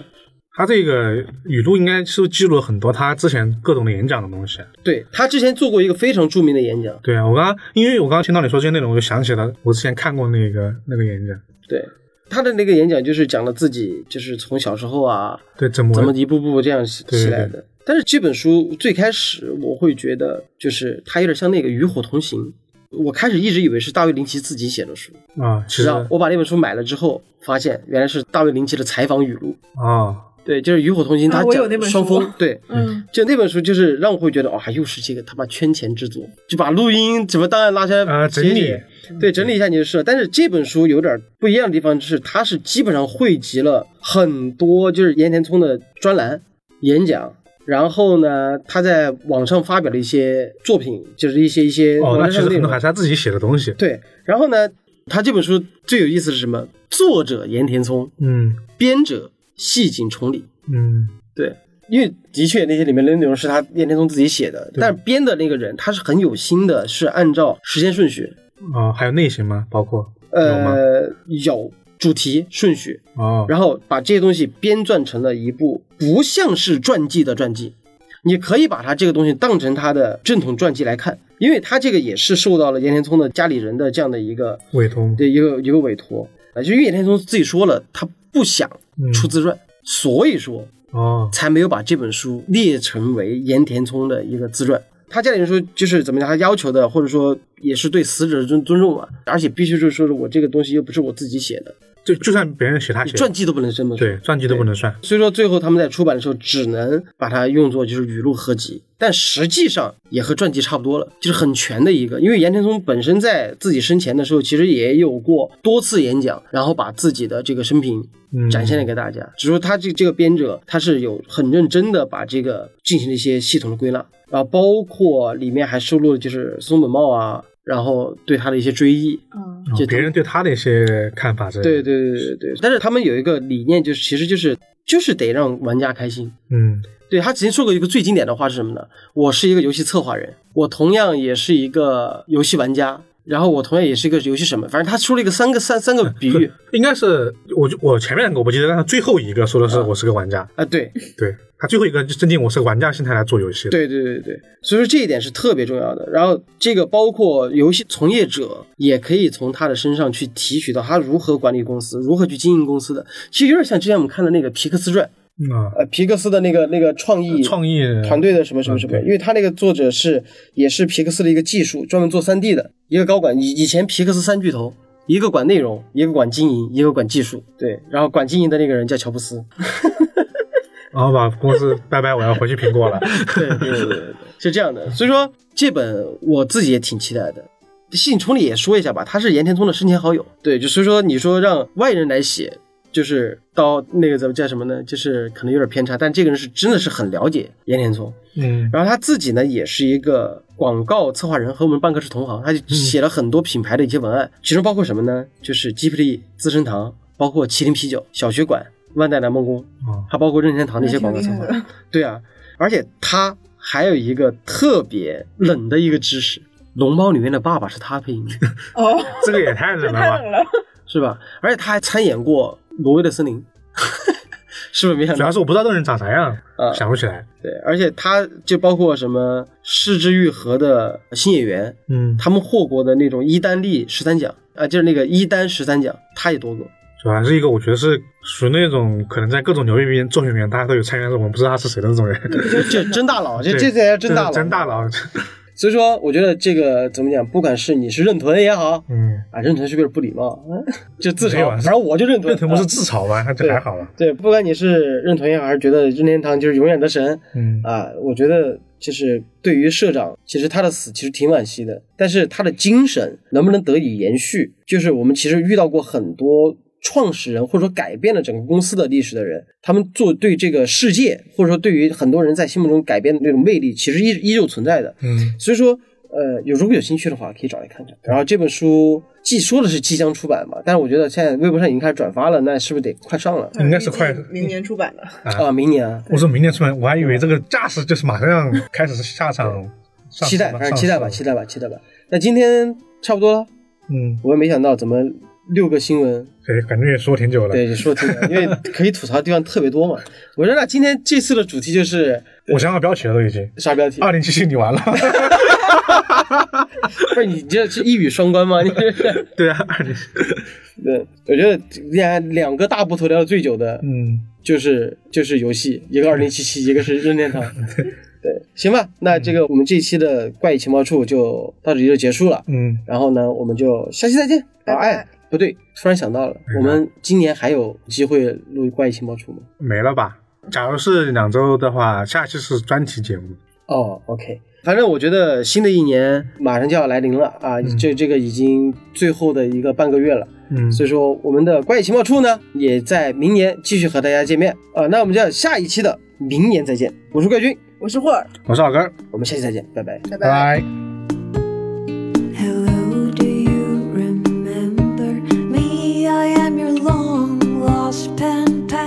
S3: 他这个语录应该是记录了很多他之前各种的演讲的东西。
S1: 对他之前做过一个非常著名的演讲，
S3: 对啊，我刚刚因为我刚刚听到你说这些内容，我就想起了我之前看过那个那个演讲，
S1: 对，他的那个演讲就是讲了自己就是从小时候啊，
S3: 对，怎么
S1: 怎么一步步这样起
S3: 对对
S1: 起来的。但是这本书最开始我会觉得，就是它有点像那个《与火同行》，我开始一直以为是大卫林奇自己写的书，
S3: 啊？其
S1: 直
S3: 实
S1: 到我把那本书买了之后，发现原来是大卫林奇的采访语录。
S3: 啊，
S1: 对，就是《与火同行》，
S2: 啊
S1: 他
S2: 我有
S1: 讲
S2: 那本
S1: 双
S2: 书
S1: 峰，对，
S2: 嗯，
S1: 就那本书就是让我会觉得，哇、哦又是这个他妈圈钱之作，就把录音怎么档案拉出来
S3: 啊整理
S1: 截取，对，整理一下你就是了。但是这本书有点不一样的地方是，它是基本上汇集了很多就是岩田聪的专栏、演讲。然后呢，他在网上发表了一些作品，就是一些一些
S3: 哦，那
S1: 网
S3: 其实
S1: 上的内
S3: 很多
S1: 容
S3: 还。是他自己写的东西。
S1: 对，然后呢，他这本书最有意思是什么？作者岩田聪，
S3: 嗯，
S1: 编者细井崇礼。
S3: 嗯，
S1: 对，因为的确那些里面的内容是他燕天宗自己写的，但编的那个人他是很有心的，是按照时间顺序，
S3: 啊、还有类型吗？包括有吗？
S1: 呃，有主题顺序，
S3: 哦，
S1: 然后把这些东西编撰成了一部不像是传记的传记。你可以把它这个东西当成他的正统传记来看，因为他这个也是受到了岩田聪的家里人的这样的一个
S3: 委托吗
S1: 的一个一个委托啊，就因为岩田聪自己说了，他不想
S3: 嗯
S1: 出自传，所以说
S3: 哦，
S1: 才没有把这本书列成为盐田聪的一个自传。他家里人说，就是怎么讲，他要求的，或者说也是对死者的尊尊重嘛，而且必须就是说是我这个东西又不是我自己写的，
S3: 就就算别人写他
S1: 你
S3: 写的，
S1: 传记都不能这么说。
S3: 对，传记都不能算。
S1: 所以说最后他们在出版的时候，只能把它用作就是语录合集，但实际上也和传记差不多了，就是很全的一个。因为岩田聪本身在自己生前的时候，其实也有过多次演讲，然后把自己的这个生平
S3: 嗯
S1: 展现了给大家。只是说他这这个编者，他是有很认真的把这个进行了一些系统的归纳，然后包括里面还收录了就是松本茂啊，然后对他的一些追忆，
S2: 嗯
S3: 啊
S1: 就
S3: 别人对他的一些看法之类
S1: 对，
S3: 的。
S1: 对对对对。但是他们有一个理念，就是其实就是就是得让玩家开心。
S3: 嗯，
S1: 对他之前说过一个最经典的话是什么呢？我是一个游戏策划人，我同样也是一个游戏玩家，然后我同样也是一个游戏什么，反正他出了一个三个三三个比喻
S3: 应该是我就我前面两个我不记得，但是最后一个说的是我是个玩家，
S1: 啊，对
S3: 对他最后一个就正经我是个玩家心态来做游戏的。，
S1: 对对对对，所以说这一点是特别重要的。然后这个包括游戏从业者也可以从他的身上去提取到他如何管理公司，如何去经营公司的，其实有点像之前我们看的那个皮克斯传，
S3: 嗯啊，
S1: 呃，皮克斯的那个那个创意
S3: 呃创意
S1: 团队的什么什么什么，
S3: 嗯对
S1: 因为他那个作者是也是皮克斯的一个技术，专门做三 D 的一个高管。以以前皮克斯三巨头，一个管内容，一个管经营，一个管技术。对，然后管经营的那个人叫乔布斯。
S3: 然后把公司拜拜，我要回去苹果了。
S1: 对对对对， <laughs> 是这样的。所以说这本我自己也挺期待的。信崇里也说一下吧，他是岩田聪的生前好友。对，就所以说你说让外人来写，就是到那个怎么叫什么呢？就是可能有点偏差，但这个人是真的是很了解岩田聪。
S3: <laughs> 嗯
S1: 然后他自己呢，也是一个广告策划人，和我们半个是同行。他
S2: 嗯
S1: 就写了很多品牌的一些文案，其中包括什么呢？就是吉普力、资生堂，包括麒麟啤酒、小学馆、万代南梦宫，
S3: 啊，
S1: 还包括任天堂的一些广告策
S2: 那
S1: 划
S2: 挺厉害。
S1: 对啊，而且他还有一个特别冷的一个知识，《龙猫》里面的爸爸是他配音的，
S2: <laughs> 哦，
S3: 这个也太
S2: 这
S3: 冷了
S2: <laughs> 太
S3: 吧！
S2: 冷了。
S1: 是吧？而且他还参演过《挪威的森林》， <laughs> 是不是没想
S3: 主
S1: 到
S3: 要？是我不知道那人长啥样，
S1: 啊
S3: 想不起来。
S1: 对，而且他就包括什么市之愈合的新演员，
S3: 嗯，
S1: 他们获过的那种一单力十三奖啊、就是那个一单十三奖，他也夺过。
S3: 主要是一个我觉得是属于那种可能在各种牛逼边作品里面大家都有参与，但是我们不知道他是谁的这种人。
S1: 这这真大佬，这
S3: <laughs> 对
S1: 这才是真
S3: 是
S1: 大佬，
S3: 真大。佬。 <laughs>
S1: 所以说，我觉得这个怎么讲，不管是你是认屯也好
S3: 嗯，
S1: 啊，认屯是不是不礼貌？嗯就自
S3: 没有
S1: 嘲，
S3: 啊
S1: 反正我就认屯。
S3: <laughs> 认同不是
S1: 啊
S3: 自嘲吧？那就还好吧。
S1: 对，不管你是认屯也好，还是觉得任天堂就是永远的神
S3: 嗯
S1: 啊，我觉得就是对于社长，其实他的死其实挺惋惜的，但是他的精神能不能得以延续，就是我们其实遇到过很多创始人或者说改变了整个公司的历史的人，他们做对这个世界或者说对于很多人在心目中改变的那种魅力，其实依依旧存在的。
S3: 嗯，
S1: 所以说，呃，有如果有兴趣的话，可以找来看看。然后这本书既说的是即将出版嘛，但是我觉得现在微博上已经开始转发了，那是不是得快上了？
S3: 应该是快
S2: 预计明年出版的。
S1: 啊，明年啊，
S3: 我说明年出门，我还以为这个架势就是马上开始下场。上
S1: 期待，
S3: 上
S1: 反正期待吧，期
S3: 上
S1: 待吧，期待吧。那今天差不多了，
S3: 嗯，
S1: 我也没想到怎么六个新 <laughs> 闻，
S3: 对，感觉也说挺久了。
S1: 对，说挺，因为可以吐槽的地方特别多嘛。我说那今天这次的主题就是
S3: 我想好标题了都已经。
S1: 啥标题？
S3: 二零七七你完了。
S1: 不是你这是一语双关吗？你 <laughs> 这是
S3: 对啊，二零
S1: 对，我觉得两两个大部头聊的最久的，
S3: 嗯，
S1: 就是就是游戏，一个二零七七，一个是任 <laughs> 天堂。对，行吧，那这个我们这一期的怪异情报处就到这里就结束了。
S3: 嗯，
S1: 然后呢，我们就下期再见。
S2: 拜拜
S1: 哎，不对，突然想到了，我们今年还有机会录怪异情报处吗？
S3: 没了吧？
S2: 嗯
S3: 假如是两周的话，下期是专题节目。
S1: 哦，OK，反正我觉得新的一年马上就要来临了啊，
S3: 嗯
S1: 这这个已经最后的一个半个月了，
S3: 嗯，
S1: 所以说我们的怪异情报处呢，也在明年继续和大家见面啊、那我们就要下一期的明年再见，我是怪君，
S2: 我是霍尔，
S3: 我是老根儿，
S1: 我们下期再见，拜拜。
S2: 拜
S3: 拜拜。
S6: Hello, do you remember me? I am your long lost pen pal.